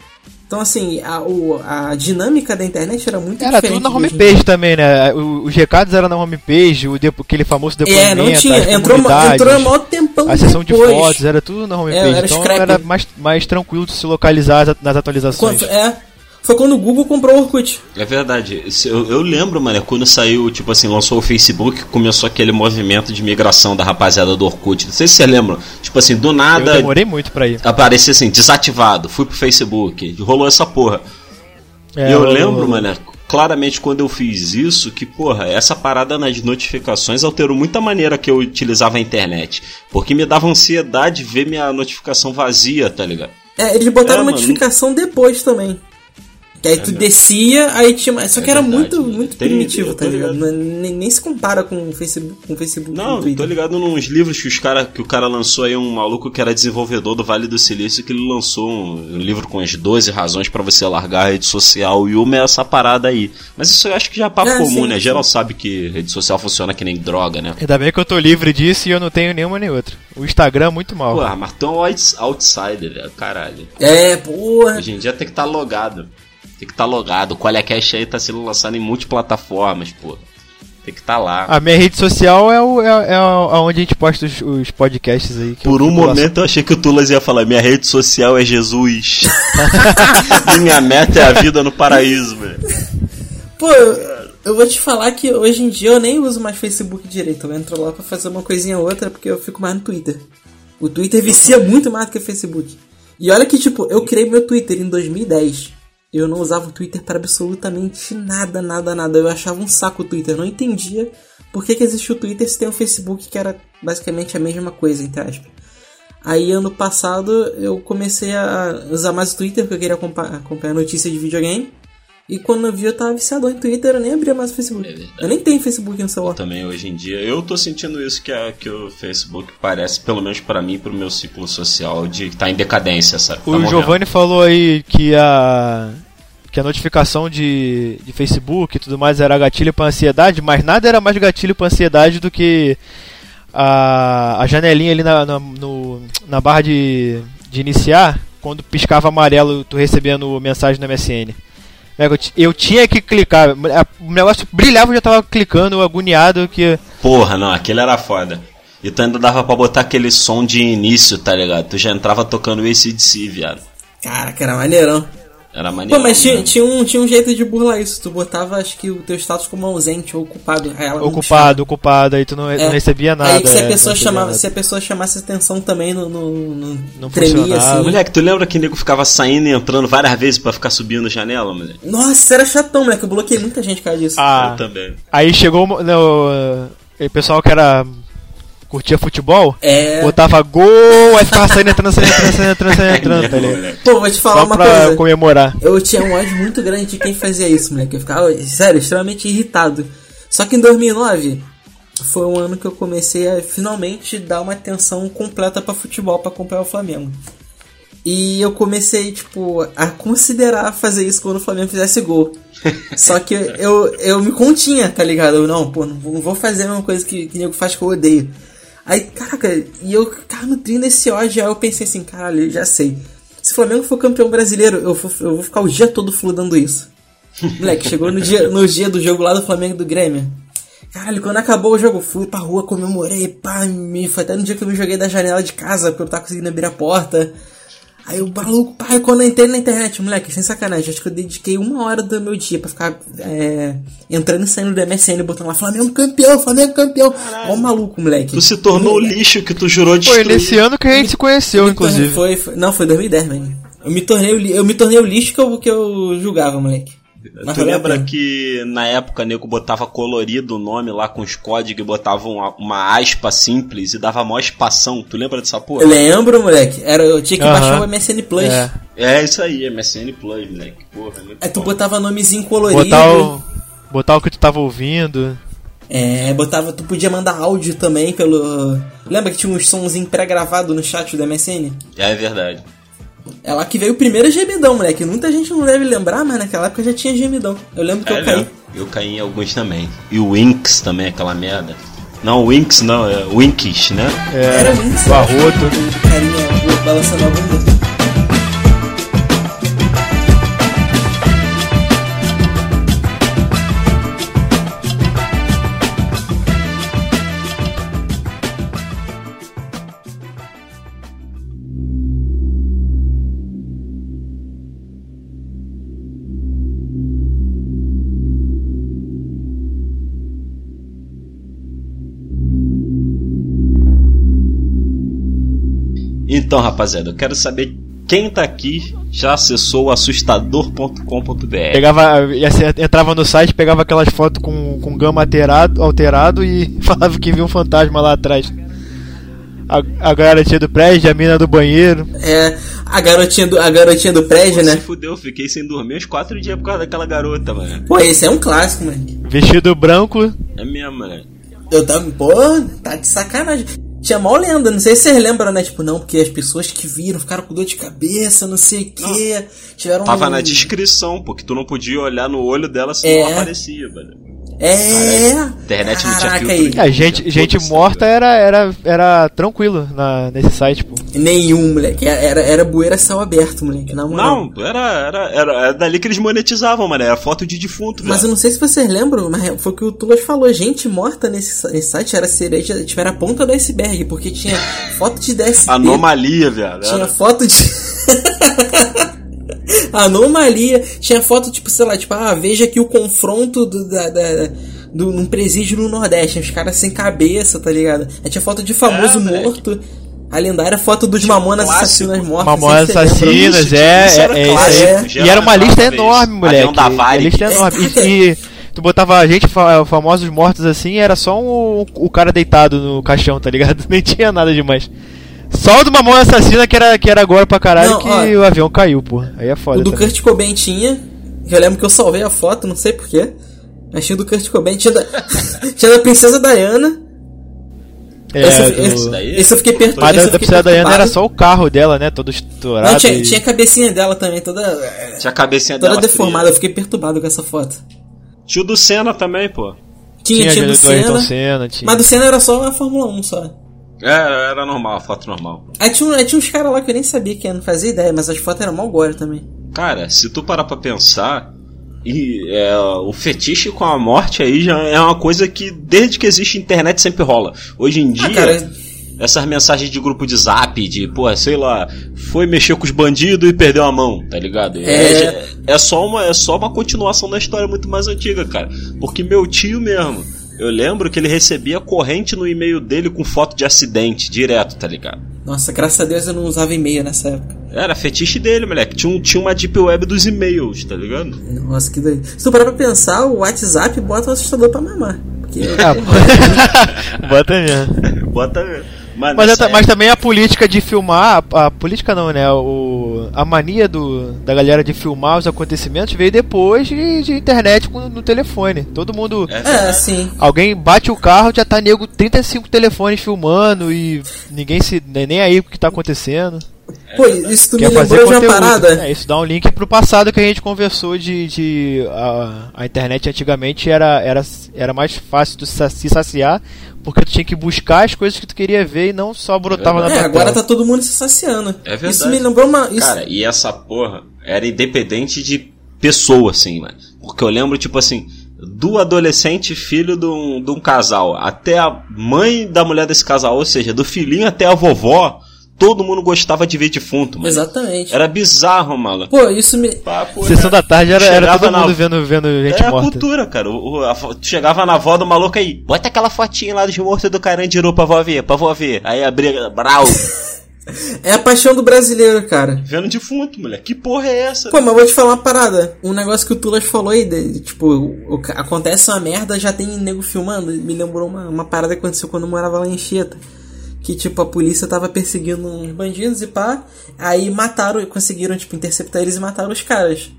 Então, assim, a, o- a dinâmica da internet era muito Era diferente. tudo na de hoje em homepage também, né? O- Os recados eram na homepage, o depo, aquele famoso É, depoimento, não tinha. as Entrou, ma- né, comunidades, entrou um maior tempão a sessão de depois. fotos, era tudo na homepage. É, era então scrap. era mais, mais tranquilo de se localizar as- nas atualizações. Quando- é, foi quando o Google comprou o Orkut. É verdade. Se- Eu, eu lembro, mano, quando saiu, tipo assim, lançou o Facebook, começou aquele movimento de migração da rapaziada do Orkut. Não sei se vocês lembram. Tipo assim, do Eu nada demorei muito pra ir. aparecia assim, desativado, fui pro Facebook, rolou essa porra. É, E eu o- lembro, mano, claramente quando eu fiz isso, que, porra, essa parada nas notificações alterou muita maneira que eu utilizava a internet. Porque me dava ansiedade ver minha notificação vazia, tá ligado? É, eles botaram É, uma mano. notificação depois também. Que aí tu descia, aí tinha. mais- Só que É era verdade, muito, né? muito Tem- primitivo, eu tô tá ligado? ligado. Não- Nem, nem se compara com o Facebook, com o Facebook com Não, o tô Twitter. ligado nos livros que os cara, que o cara lançou aí, um maluco que era desenvolvedor do Vale do Silício, que ele lançou um, um livro com as 12 razões pra você largar a rede social, e uma é essa parada aí. Mas isso eu acho que já é papo É, comum, sim, né? sim. É. Geral sabe que rede social funciona que nem droga, né? Ainda bem que eu tô livre disso e eu não tenho nenhuma nem outra. O Instagram é muito mal. Pô, mas tu é um outs- outsider, velho, caralho. É, porra. Hoje em dia tem que estar logado. Tem que estar logado. O Qualicast aí tá sendo lançado em multiplataformas, pô. Tem que estar lá. A minha rede social é, o, é, é a- onde a gente posta os, os podcasts aí. que Por eu um fico lá momento eu achei que o Tulas ia falar: Minha rede social é Jesus. Minha meta é a vida no paraíso, velho. Pô, eu, eu vou te falar que hoje em dia eu nem uso mais Facebook direito. Eu entro lá pra fazer uma coisinha ou outra, porque eu fico mais no Twitter. O Twitter vicia muito mais do que o Facebook. E olha que, tipo, eu criei meu Twitter em 2010. Eu não usava o Twitter pra absolutamente nada, nada, nada. Eu achava um saco o Twitter. Eu não entendia por que, que existe o Twitter se tem o Facebook, que era basicamente a mesma coisa, entre aspas. Aí ano passado eu comecei a usar mais o Twitter porque eu queria acompa- acompanhar notícias de videogame. E quando eu vi eu tava viciado em Twitter, eu nem abria mais o Facebook. É verdade. eu nem tenho Facebook no celular. Também hoje em dia, eu tô sentindo isso que, a, que o Facebook parece, pelo menos pra mim, pro meu ciclo social, de tá em decadência, sabe? Tá O morrendo. Giovanni falou aí que a que a notificação de, de Facebook e tudo mais era gatilho para ansiedade, mas nada era mais gatilho para ansiedade do que a, a janelinha ali na, na, no- na barra de, de iniciar, quando piscava amarelo tu recebendo mensagem no MSN. Nego, Eu, ti- eu tinha Né, que clicar, a- o negócio brilhava eu já tava clicando, agoniado que Porra, não, aquele era foda. E tu ainda dava pra botar aquele som de início, tá ligado? Tu já entrava tocando ACDC, viado. Caraca, era maneirão. Era maneiro. Pô, mas tinha, né? tinha um, tinha um jeito de burlar isso. Tu botava, acho que, o teu status como ausente ou ocupado. Aí ela não te ocupado, ocupado, aí tu não, É. não recebia nada. Aí que se a é, pessoa não recebia chamava, nada. se a pessoa chamasse atenção também no, no, no- Não tremia funcionava. Ah, assim. Moleque, tu lembra que nego ficava saindo e entrando várias vezes pra ficar subindo a janela, moleque? Nossa, era chatão, moleque. Eu bloqueei muita gente por causa disso. Ah. Eu também. Aí chegou o no, o pessoal que era. curtia futebol, É. botava gol, aí ficava saindo, entrando, saindo, entrando, saindo, entrando, saindo, entrando, tá Não, ligado? É, moleque. Pô, vou te falar Só uma pra coisa. comemorar. Eu tinha um ódio muito grande de quem fazia isso, moleque. Eu ficava, sério, extremamente irritado. Só que em 2009 foi um ano que eu comecei a finalmente dar uma atenção completa pra futebol, pra acompanhar o Flamengo. E eu comecei, tipo, a considerar fazer isso quando o Flamengo fizesse gol. Só que eu, eu me continha, tá ligado? Eu, não, pô, não vou não vou fazer a mesma coisa que, que o nego faz que eu odeio. Aí, caraca, e eu ficava nutrindo esse ódio. Aí eu pensei assim, caralho, eu já sei. Se o Flamengo for campeão brasileiro, eu vou, eu vou ficar o dia todo fludando isso. Moleque, chegou no dia, no dia do jogo lá do Flamengo e do Grêmio. Caralho, quando acabou o jogo, eu fui pra rua, comemorei, pá, me, foi até no dia que eu me joguei da janela de casa, porque eu não tava conseguindo abrir a porta. Aí o maluco, pai, quando eu entrei na internet, moleque, sem sacanagem, acho que eu dediquei uma hora do meu dia pra ficar é, entrando e saindo do MSN, botando lá, Flamengo campeão, Flamengo campeão. Ó o maluco, moleque. Tu se tornou o lixo que tu jurou Foi destruir. nesse ano que a gente se conheceu, Me tornei- inclusive. Foi, foi- não, foi 2010, mano. Eu me tornei o, li- eu me tornei o lixo que eu, que eu julgava, moleque. Mas Tu valeu a lembra pena. que na época nego botava colorido o nome lá com os códigos e botava uma, uma aspa simples e dava maior espação? Tu lembra dessa porra? Eu lembro, moleque. Era, eu tinha que Aham. baixar o MSN Plus. É. É isso aí, MSN Plus, moleque. Porra, é muito Aí tu bom. botava nomezinho colorido. Botar o, botar o que tu tava ouvindo. É, botava, tu podia mandar áudio também pelo. Lembra que tinha uns sonzinho pré-gravado no chat do MSN? É verdade. É lá que veio o primeiro gemidão, moleque. Muita gente não deve lembrar, mas naquela época já tinha gemidão. Eu lembro que É, eu caí. né? Eu caí em alguns também. E o Winx também, aquela merda. Não, o Winx não, é o Winkish, né? É, Era isso. o arroto. Carinha balançando a bunda. Então, rapaziada, eu quero saber quem tá aqui já acessou o assustador.com.br. É. Pegava, ia ser- entrava no site, pegava aquelas fotos com, com gama alterado, alterado e falava que viu um fantasma lá atrás. A, a garotinha do prédio, a mina do banheiro. É, a garotinha do, a garotinha do prédio, Se né? fudeu, fiquei sem dormir uns quatro dias por causa daquela garota, mano. Pô, esse é um clássico, moleque. Vestido branco. É mesmo, mano. Eu tava, pô, tá de sacanagem. Tinha mó lenda, não sei se vocês lembram, né? Tipo, não, porque as pessoas que viram ficaram com dor de cabeça, não sei o quê. Tiveram Tava um- na descrição, porque tu não podia olhar no olho dela senão É. ela aparecia, mano. É. internet não tinha Caraca, filtro, aí. né? A É, gente, gente Foda-se, morta era, era, era tranquilo na, nesse site, pô. Nenhum, moleque. Era, era, era bueira céu aberto, moleque. Na moral. Não, era, era, era, era dali que eles monetizavam, mano. Era foto de defunto, Mas eu velho. não sei se vocês lembram, mas é, foi o que o Tulas falou. Gente morta nesse, sa- nesse site era cereja, tipo, era a ponta do iceberg, porque tinha foto de DSP. Anomalia, velho. Tinha Era- foto de. Anomalia. Tinha foto, tipo, sei lá, tipo, ah, veja aqui o confronto do. Da, da- do, num presídio no Nordeste, os caras sem cabeça, tá ligado? Aí tinha foto de famoso É, moleque. um morto, a lendária foto dos mamonas clássico. assassinas mortas. Mamonas não sei se você lembra. assassinas, isso, é, isso era é, é isso clássico, aí. já E era uma era lista uma vez. enorme, moleque. Avião da Uma Varig. lista enorme. Caraca. E, e tu botava gente, fa- famosos mortos assim, era só um, o cara deitado no caixão, tá ligado? Nem tinha nada demais. Só o do Mamão Assassina que era, que era agora pra caralho Não, que ó, o avião caiu, pô. Aí é O foda. do também. Kurt Cobain tinha. que Eu lembro que eu salvei a foto, não sei porquê. Mas tinha o do Kurt Cobain, tinha da, tinha da Princesa Diana. É, esse, eu- do- esse- daí? esse eu fiquei perto. Mas esse da, eu da fiquei Priscila Daiana era perturbado. só o carro dela, né? Todo estourado. Não, tinha, e- tinha a cabecinha dela também, toda. Tinha a cabecinha toda assim, dela. deformada, eu fiquei perturbado com essa foto. fria. Tio do Senna também, pô. Tinha, tinha, do Senna. Ayrton Senna, tinha. Mas do Senna era só a Fórmula 1 só. É, Era, era normal, foto normal. Aí tinha, um- aí tinha uns caras lá que eu nem sabia que era, não fazia ideia, mas as fotos eram mal gore também. Cara, se tu parar pra pensar, e, é, o fetiche com a morte aí já é uma coisa que desde que existe internet sempre rola. Hoje em dia, Ah, cara, essas mensagens de grupo de zap, de, pô, sei lá, foi mexer com os bandidos e perdeu a mão, tá ligado? É. é só uma é só uma continuação da história muito mais antiga, cara. Porque meu tio mesmo, eu lembro que ele recebia corrente no e-mail dele com foto de acidente direto, tá ligado? nossa, graças a Deus eu não usava e-mail nessa época. Era fetiche dele, moleque. Tinha, um, tinha uma deep web dos e-mails, tá ligado? Nossa, que doido. Se tu parar pra pensar, o WhatsApp bota o assustador pra mamar. Porque Ah, pô. Bota mesmo. Bota. Mano, Mas, essa é ta- mas também a política de filmar, a, a política não, né? O, a mania do, da galera de filmar os acontecimentos veio depois de, de internet com- no telefone. Todo mundo. é- É, assim. Alguém bate o carro, já tá nego 35 telefones filmando e ninguém se. nem nem aí o que tá acontecendo. Pô, isso tu Quer me fazer lembrou de uma conteúdo. parada. É, isso dá um link pro passado que a gente conversou de. de a, a internet antigamente era, era, era mais fácil de sa- se saciar, porque tu tinha que buscar as coisas que tu queria ver e não só brotava na É, tua agora tela. tá todo mundo se saciando. É verdade. Isso me lembrou uma. Isso... Cara, é e essa porra era independente de pessoa, assim, mano. Porque eu lembro, tipo assim, do adolescente filho de um, de um casal, até a mãe da mulher desse casal, ou seja, do filhinho até a vovó, todo mundo gostava de ver defunto, mano. Exatamente. Era bizarro, mano. Pô, isso me. Papo, né? Sessão da tarde era, era Chegava todo na- mundo vendo, vendo gente é a morta. cultura, cara. O- o- a fo- tu chegava na avó do maluco aí, bota aquela fotinha lá dos mortos do Carandiru pra vó ver, pra vó ver. Aí abria, brau, É a paixão do brasileiro, cara. vendo defunto, mulher. Que porra é essa? Pô, mas vou te falar uma parada. Um negócio que o Tulas falou aí, de- tipo, o- o ca- acontece uma merda, já tem nego filmando. Me lembrou uma, uma parada que aconteceu quando eu morava lá em Chieta. que, tipo, a polícia tava perseguindo uns bandidos e pá. Aí mataram, conseguiram, tipo, interceptar eles e mataram os caras.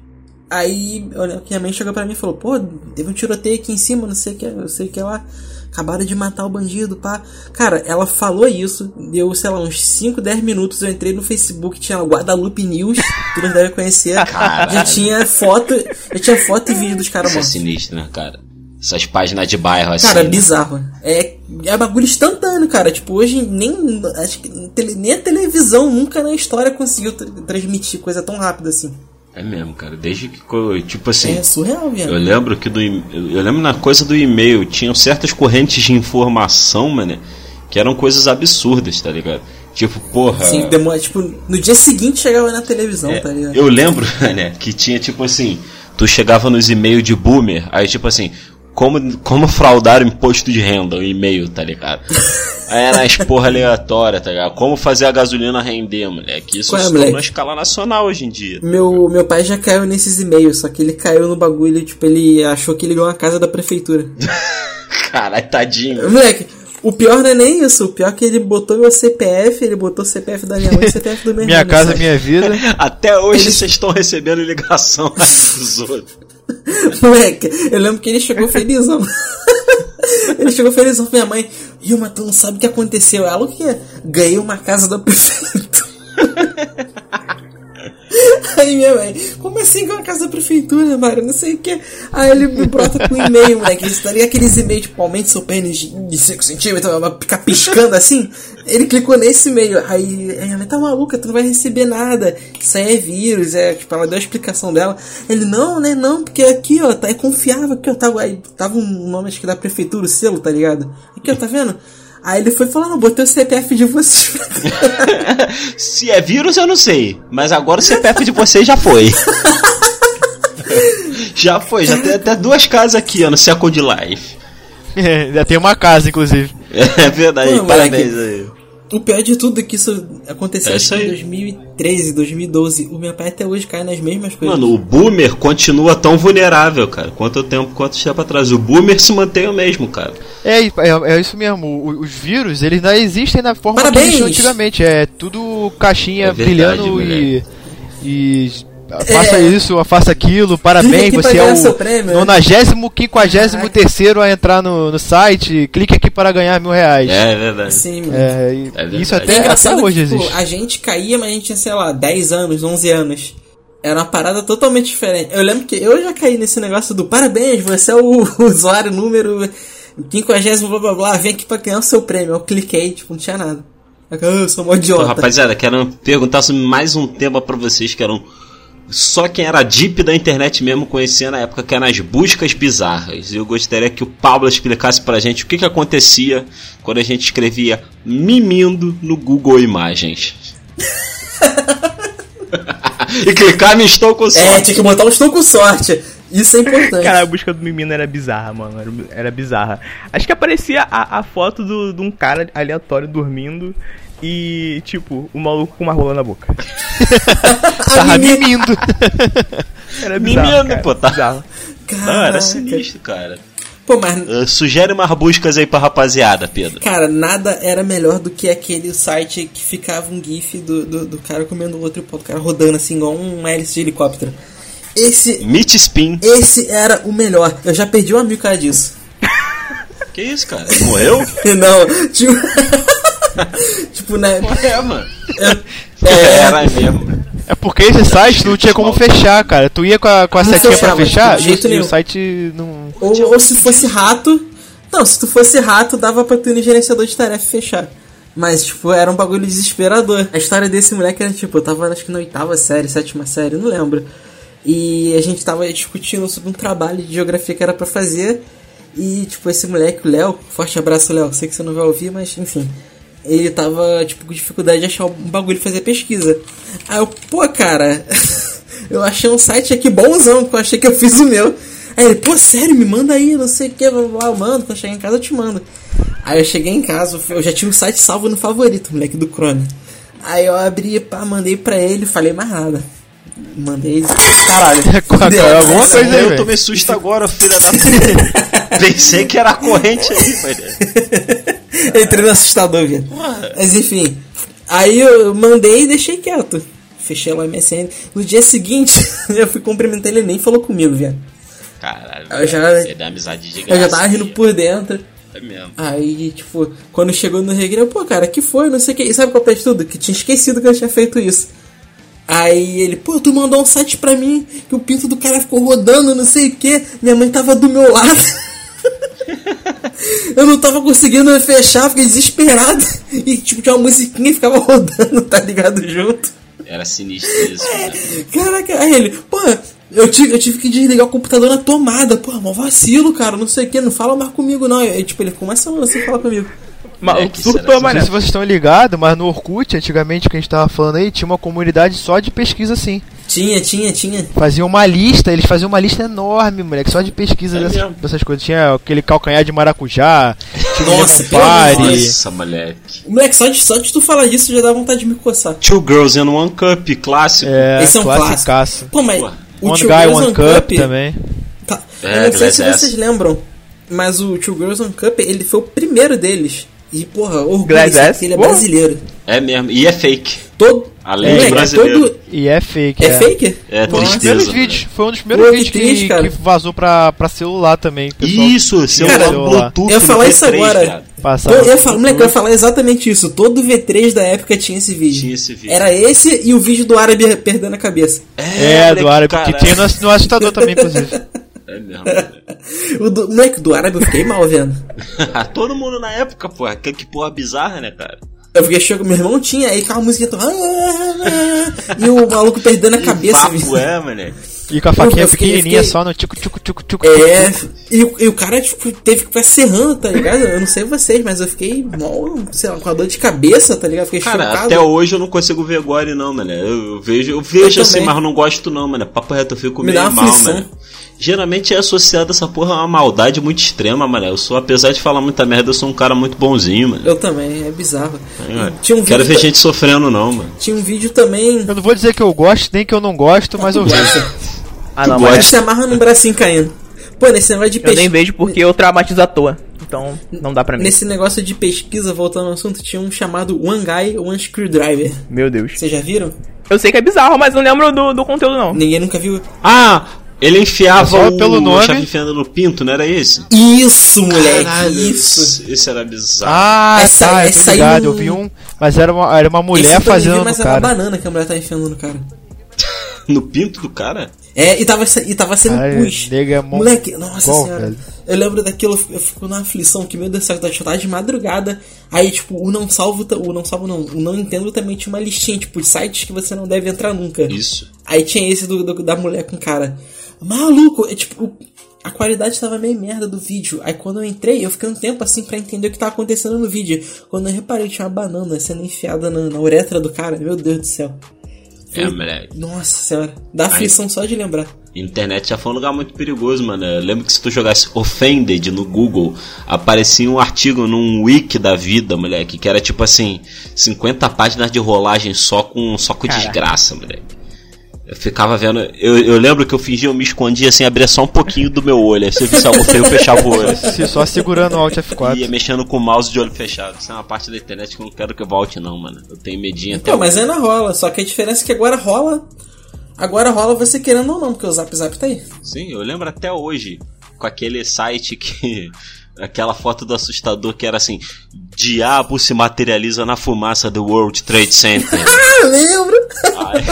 Aí olha, minha mãe chegou pra mim e falou, pô, teve um tiroteio aqui em cima, não sei o que, não sei o que lá. Acabaram de matar o bandido, pá. Cara, ela falou isso, deu, sei lá, uns 5, 10 minutos. Eu entrei no Facebook, tinha a Guadalupe News, que vocês devem conhecer. Já tinha foto, já tinha foto e vídeo dos caras Isso é mortos. sinistro, né, cara? Essas páginas de bairro assim. Cara, né? bizarro. É, é bagulho instantâneo, cara. Tipo, hoje nem, acho que tele- nem a televisão nunca na história conseguiu tra- transmitir coisa tão rápida assim. É mesmo, cara. Desde que. co- Tipo assim. É surreal, Eu viado. lembro que do e- eu lembro na coisa do e-mail tinham certas correntes de informação, mano, que eram coisas absurdas, tá ligado? Tipo, porra. É. Assim, demora, tipo, no dia seguinte chegava na televisão, tá ligado? É, eu lembro, né, que tinha tipo assim, tu chegava nos e-mails de boomer, aí tipo assim, como como fraudar o imposto de renda, o e-mail, tá ligado? Aí era as porra aleatória, tá ligado? Como fazer a gasolina render, moleque? Isso Qual é, se tornou moleque? Hum. uma escala nacional hoje em dia. Meu, meu pai já caiu nesses e-mails, só que ele caiu no bagulho, tipo, ele achou que ele ganhou a casa da prefeitura. Caralho, tadinho. Moleque, o pior não é nem isso, o pior é que ele botou meu CPF, ele botou o CPF da minha mãe e o CPF do né, meu Minha irmão, casa, sabe? minha vida. Até hoje vocês estão recebendo ligação dos outros. Moleque, eu lembro que ele chegou felizão. ele chegou felizão pra minha mãe. Ilma, tu não sabe o que aconteceu. Ela o quê? Ganhei uma casa da prefeitura. Aí minha mãe, como assim ganhou uma casa da prefeitura, Mário? Não sei o que. Aí ele me brota com um e-mail, moleque. Ele estaria aqueles e-mails, tipo, aumente seu pênis de 5 centímetros, ela fica piscando assim. Ele clicou nesse e-mail. Aí a minha mãe tá maluca, tu não vai receber nada. Isso aí é vírus, é, tipo, ela deu a explicação dela. Ele, não, né, não, porque aqui, ó, tá, é confiável, aqui, ó, tava, aí, tava um nome, acho que da prefeitura, o selo, tá ligado? Aqui, ó, tá vendo? Aí ele foi falar, não, botei o CPF de você. Se é vírus, eu não sei. Mas agora o CPF de vocês já foi. já foi, já tem até duas casas aqui, ó, no Second Life. Já É, tem uma casa, inclusive. É verdade, Pô, parabéns aí. O pior de tudo é que isso aconteceu É isso acho que em aí. 2013, 2012. O meu pai até hoje cai nas mesmas coisas. Mano, o boomer continua tão vulnerável, cara. Quanto tempo, quanto tempo atrás? O boomer se mantém o mesmo, cara. É, e- é, é isso mesmo. o- Os vírus, eles não existem na forma que Parabéns! existiam antigamente. É tudo caixinha É verdade, brilhando e. moleque. e Faça isso, faça aquilo, parabéns, É. Clique aqui você pra é ganhar seu o prêmio, né? 95 quinquagésimo terceiro a entrar no, no site, clique aqui para ganhar mil reais. É, verdade. Assim, mano. É, e- É isso verdade. até, É até engraçado que, hoje tipo, existe. A gente caía, mas a gente tinha, sei lá, 10 anos, 11 anos. Era uma parada totalmente diferente. Eu lembro que eu já caí nesse negócio do parabéns, você é o usuário número 50, blá blá blá, vem aqui pra ganhar o seu prêmio. Eu cliquei, tipo, não tinha nada. Eu, eu sou mó Então, idiota. rapaziada, quero perguntar sobre mais um tema pra vocês que eram só quem era deep da internet mesmo conhecia na época, que era as buscas bizarras. Eu gostaria que o Pablo explicasse pra gente o que, que acontecia quando a gente escrevia mimindo no Google Imagens. e clicar no estou com É, sorte. tinha que botar um estou com sorte. Isso é importante. Cara, a busca do menino era bizarra, mano. Era, era bizarra. Acho que aparecia a, a foto do- de um cara aleatório dormindo e, tipo, o maluco com uma rola na boca. Tava mimindo. Era bizarro. Mimindo, cara, pô, tá? Bizarro. Não, Caraca. era sinistro, cara. Pô, mas Uh, sugere umas buscas aí pra rapaziada, Pedro. Cara, nada era melhor do que aquele site que ficava um gif do, do, do cara comendo o outro e o pau do cara rodando assim, igual um hélice de helicóptero. Esse, Meet Spin. esse era o melhor. Eu já perdi um amigo por causa disso. Que isso, cara? Morreu? Não, tipo... tipo, né? É, mano. É, Era mesmo. É porque esse site não tinha como fechar, cara. Tu ia com a, com a Não setinha pra fechava, fechar de e, jeito o- e nenhum. o site não. ou, ou se fosse rato... Não, se tu fosse rato, dava pra tu ir no gerenciador de tarefa e fechar. Mas, tipo, era um bagulho desesperador. A história desse moleque era, tipo, eu tava acho que na oitava série, sétima série, não lembro. E a gente tava discutindo sobre um trabalho de geografia que era pra fazer. E, tipo, esse moleque, o Léo, forte abraço, Léo, sei que você não vai ouvir, mas enfim. Ele tava, tipo, com dificuldade de achar um bagulho e fazer pesquisa. Aí eu, pô, cara, eu achei um site aqui bonzão, que eu achei que eu fiz o meu. Aí ele, pô, sério, me manda aí, não sei o que, blá, blá, blá, eu mando, quando eu chegar em casa eu te mando. Aí eu cheguei em casa, eu já tinha o site salvo no favorito, moleque do Chrome. Aí eu abri, pá, mandei pra ele, falei mais nada. Mandei ele. Caralho, Aconteceu alguma Essa coisa aí, Eu velho. tomei é. susto agora, filha da puta. Pensei que era a corrente aí, mas. Entrei no assustador, viado. Mas enfim. Aí eu mandei e deixei quieto. Fechei lá o MSN. No dia seguinte, eu fui cumprimentar ele e nem falou comigo, viado. Caralho, Eu já- velho, você dá amizade de graça. Eu já tava rindo por dentro. É mesmo. Aí, tipo, quando chegou no recreio, pô, cara, que foi? Não sei o que. E sabe qual é o pior de tudo? Que eu tinha esquecido que eu tinha feito isso. Aí ele, pô, tu mandou um site pra mim que o pinto do cara ficou rodando, não sei o que. Minha mãe tava do meu lado. eu não tava conseguindo fechar, fiquei desesperado. E, tipo, tinha uma musiquinha e ficava rodando, tá ligado? Junto. Era sinistro isso, né? Caraca, aí ele, pô, eu tive, eu tive que desligar o computador na tomada. Pô, mó vacilo, cara, não sei o que, não fala mais comigo não. Aí, tipo, ele ficou uma semana sem falar comigo. Maluco, É que será surtou, que Não sei mané. se vocês estão ligados, mas no Orkut, antigamente que a gente tava falando aí, tinha uma comunidade só de pesquisa assim. Tinha, tinha, tinha. Faziam uma lista, eles faziam uma lista enorme, moleque, só de pesquisa É dessas, mesmo? dessas coisas. Tinha aquele calcanhar de maracujá, Nossa, pelo amor de pare. Deus. Nossa, moleque. Moleque, só de, só de tu falar disso já dá vontade de me coçar. Two Girls in One Cup, clássico. É, Esse é um clássico. classicaço. Pô, mas Porra. o One Two Guy, Girls One Cup também. Tá, É, eu não sei se Glass vocês Ass. lembram, mas o Two Girls One Cup, ele foi o primeiro deles. E, porra, orgulho, Glass isso, Ass? porque ele é Porra. brasileiro. É mesmo. E é fake. Todo... Além moleque, de brasileiro. todo... E é fake, É, fake? É Foi um dos Tristeza, primeiros né? vídeos, foi um dos primeiros Pô, que vídeos que, triste, cara. que vazou pra, pra celular também. que o pessoal Isso, celular Cara, Bluetooth. eu ia falar no isso P3, agora. viado. passava. Todo, eu ia falar, moleque, eu ia falar exatamente isso. Todo V3 da época tinha esse vídeo. Tinha esse vídeo. Era esse e o vídeo do árabe perdendo a cabeça. É, moleque, do árabe, caralho. que tinha no, ass- no assustador também, inclusive. É mesmo. moleque. O do, moleque, o do árabe eu fiquei mal vendo. todo mundo na época, porra. Que, que porra bizarra, né, cara? Eu fiquei chocado, meu irmão tinha, aí com a música tava, "Ah, ah, ah", e o maluco perdendo a Que cabeça. papo é, moleque. E com a faquinha Eu fiquei- pequenininha eu fiquei- só no tico, tico, tico, tico. É, tico. e, o- e o cara tipo, teve que ficar serrando, tá ligado? Eu não sei vocês, mas eu fiquei mal, sei lá, com a dor de cabeça, tá ligado? Fiquei Cara, chocado. até hoje eu não consigo ver Gore, não, mano. Eu, eu vejo, eu vejo Eu assim, também. mas não gosto, não, mano. Papo reto, eu fico Me meio dá uma mal, aflição. mano. Geralmente é associado essa porra a uma maldade muito extrema, mano. Eu sou, apesar de falar muita merda, eu sou um cara muito bonzinho, mano. Eu também, é bizarro. É, Tinha um, Quero vídeo, ver ta- gente sofrendo, não, mano. tinha um vídeo também. Eu não vou dizer que eu gosto, nem que eu não gosto, mas eu vejo. Ah, não, gosta. mas Se amarra num bracinho caindo. Pô, nesse negócio de eu nem pesquisa. vejo porque eu traumatizo à toa. Então, não dá pra né? mim. Nesse negócio de pesquisa, voltando ao assunto, tinha um chamado One Guy, One Screwdriver. Meu Deus. Vocês já viram? Eu sei que é bizarro, mas não lembro do, do conteúdo, não. Ninguém nunca viu. Ah, ele enfiava Só o, pelo a nome. chave enfiando no pinto, não era esse? Isso, moleque! isso! Esse, esse era bizarro. Ah, Essa- tá, eu tô essa aí ligado, não- eu vi um. Mas era uma, era uma Esse mulher eu também vi, fazendo, mas era uma cara. banana que a mulher tava enfiando no cara. No pinto do cara? É, e tava, sa- e tava sendo Ai, pus. nega é mó Moleque, nossa gol, senhora. velho. Eu lembro daquilo, eu fico- eu fico na aflição, que meu Deus do céu, eu tava de madrugada. Aí, tipo, o não salvo, ta- o não salvo não, o não entendo também tinha uma listinha, tipo, de sites que você não deve entrar nunca. Isso. Aí tinha esse do, do- da mulher com cara. Maluco, é tipo, a qualidade tava meio merda do vídeo. Aí quando eu entrei, eu fiquei um tempo assim pra entender o que tava acontecendo no vídeo. Quando eu reparei, tinha uma banana sendo enfiada na, na uretra do cara. Meu Deus do céu. É, moleque. Nossa senhora. Dá aflição só de lembrar. Internet já foi um lugar muito perigoso, mano. Eu lembro que se tu jogasse Offended no Google, aparecia um artigo num wiki da vida, moleque, que era tipo assim, 50 páginas de rolagem só com, só com Caraca. desgraça, moleque. Eu ficava vendo. Eu, eu lembro que eu fingia, eu me escondia assim, abria só um pouquinho do meu olho. Aí se eu visse algo feio, eu fechava o olho. assim. Se- Só segurando o é Alt Ia F4. mexendo com o mouse de olho fechado. Isso é uma parte da internet que eu não quero que eu volte, não, mano. Eu tenho medinho até. Então, mas ainda rola. Só que a diferença é que agora rola. Agora rola você querendo ou não, porque o Zap Zap tá aí. Sim, eu lembro até hoje com aquele site que. Aquela foto do assustador que era assim: Diabo se materializa na fumaça do World Trade Center. Ah, eu lembro! Ai,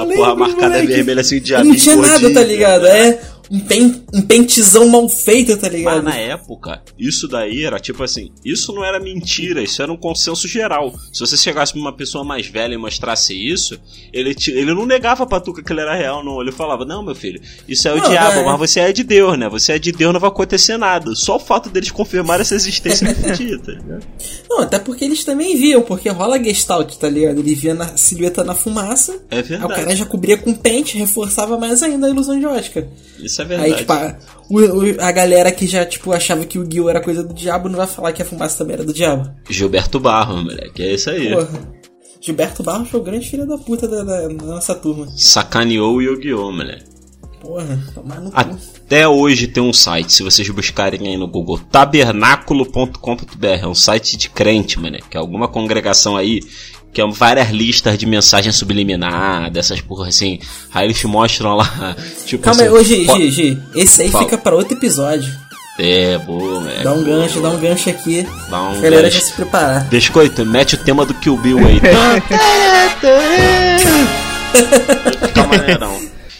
a lembro, porra marcada moleque. vermelha assim, o E diabo não tinha nada, escondido. tá ligado? É um, pen, um pentezão mal feito, tá Mas ligado? na época, isso daí era tipo assim: isso não era mentira, isso era um consenso geral. Se você chegasse pra uma pessoa mais velha e mostrasse isso, ele, te- ele não negava pra tu que aquilo era real, não. Ele falava: não, meu filho, isso é o Não, diabo, é. mas você é de Deus, né? Você é de Deus, não vai acontecer nada. Só o fato deles confirmar essa existência mentira, tá ligado? Não, até porque eles também viam, porque rola Gestalt, tá ligado? Ele via na silhueta na fumaça. É Aí o verdade. cara já cobria com pente, reforçava mais ainda a ilusão de ótica. Isso é Aí, verdade. tipo, a, o- o- a galera que já, tipo, achava que o Gil era coisa do diabo não vai falar que a fumaça também era do diabo. Gilberto Barro, moleque, é isso aí. Porra. Gilberto Barros foi o grande filho da puta da, da- da nossa turma. Sacaneou o Yu-Gi-Oh, moleque. Porra, tomar no cu. Até hoje tem um site, se vocês buscarem aí no Google, tabernáculo.com.br. É um site de crente, mano. Que é alguma congregação aí que é várias listas de mensagem subliminar, dessas porra assim. Aí eles te mostram lá, tipo Calma aí, assim, ô Gi, po- Gi, Gi, esse aí Fala. fica pra outro episódio. É, boa, moleque. Dá um gancho, dá um gancho aqui. Dá um A galera gancho. já se preparar. Biscoito, mete o tema do Kill Bill aí. Fica maneirão.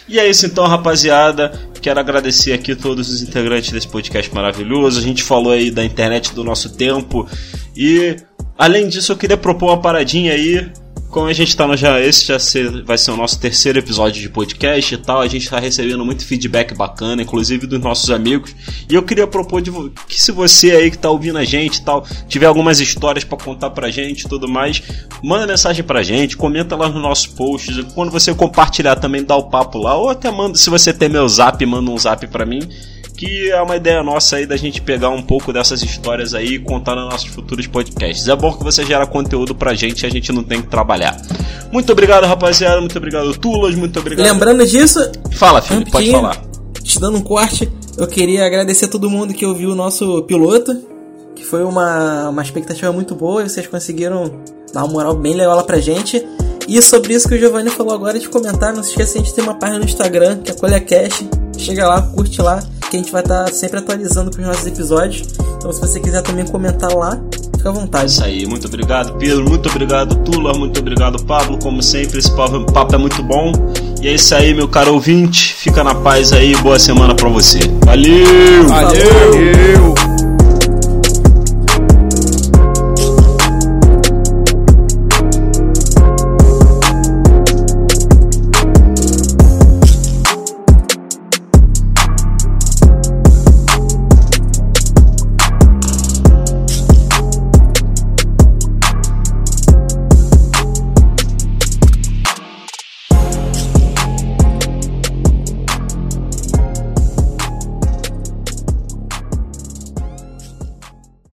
E é isso então, rapaziada. Quero agradecer aqui todos os integrantes desse podcast maravilhoso. A gente falou aí da internet do nosso tempo. E além disso, eu queria propor uma paradinha aí. Como a gente tá no já, esse já ser- vai ser o nosso terceiro episódio de podcast e tal, a gente tá recebendo muito feedback bacana, inclusive dos nossos amigos. E eu queria propor de vo- que se você aí que tá ouvindo a gente e tal, tiver algumas histórias pra contar pra gente e tudo mais, manda mensagem pra gente, comenta lá nos nossos posts. Quando você compartilhar também, dá o papo lá, ou até manda, se você tem meu zap, manda um zap pra mim. Que é uma ideia nossa aí da gente pegar um pouco dessas histórias aí e contar nos nossos futuros podcasts. É bom que você gera conteúdo pra gente e a gente não tem que trabalhar. Muito obrigado, rapaziada. Muito obrigado, Tulas. Muito obrigado. Lembrando disso, Fala, filho, pode rapidinho, falar. Te dando um corte, eu queria agradecer a todo mundo que ouviu o nosso piloto, que foi uma, uma expectativa muito boa e vocês conseguiram dar uma moral bem legal lá pra gente. E sobre isso que o Giovanni falou agora de comentar, não se esqueça, a gente tem uma página no Instagram, que é ColhaCast. Chega lá, curte lá, que a gente vai estar sempre atualizando com os nossos episódios. Então se você quiser também comentar lá, fica à É vontade. Isso aí, muito obrigado, Pedro. Muito obrigado, Tula. Muito obrigado, Pablo. Como sempre, esse papo papo é muito bom. E é isso aí, meu caro ouvinte. Fica na paz aí. Boa semana pra você. Valeu! Valeu! Valeu.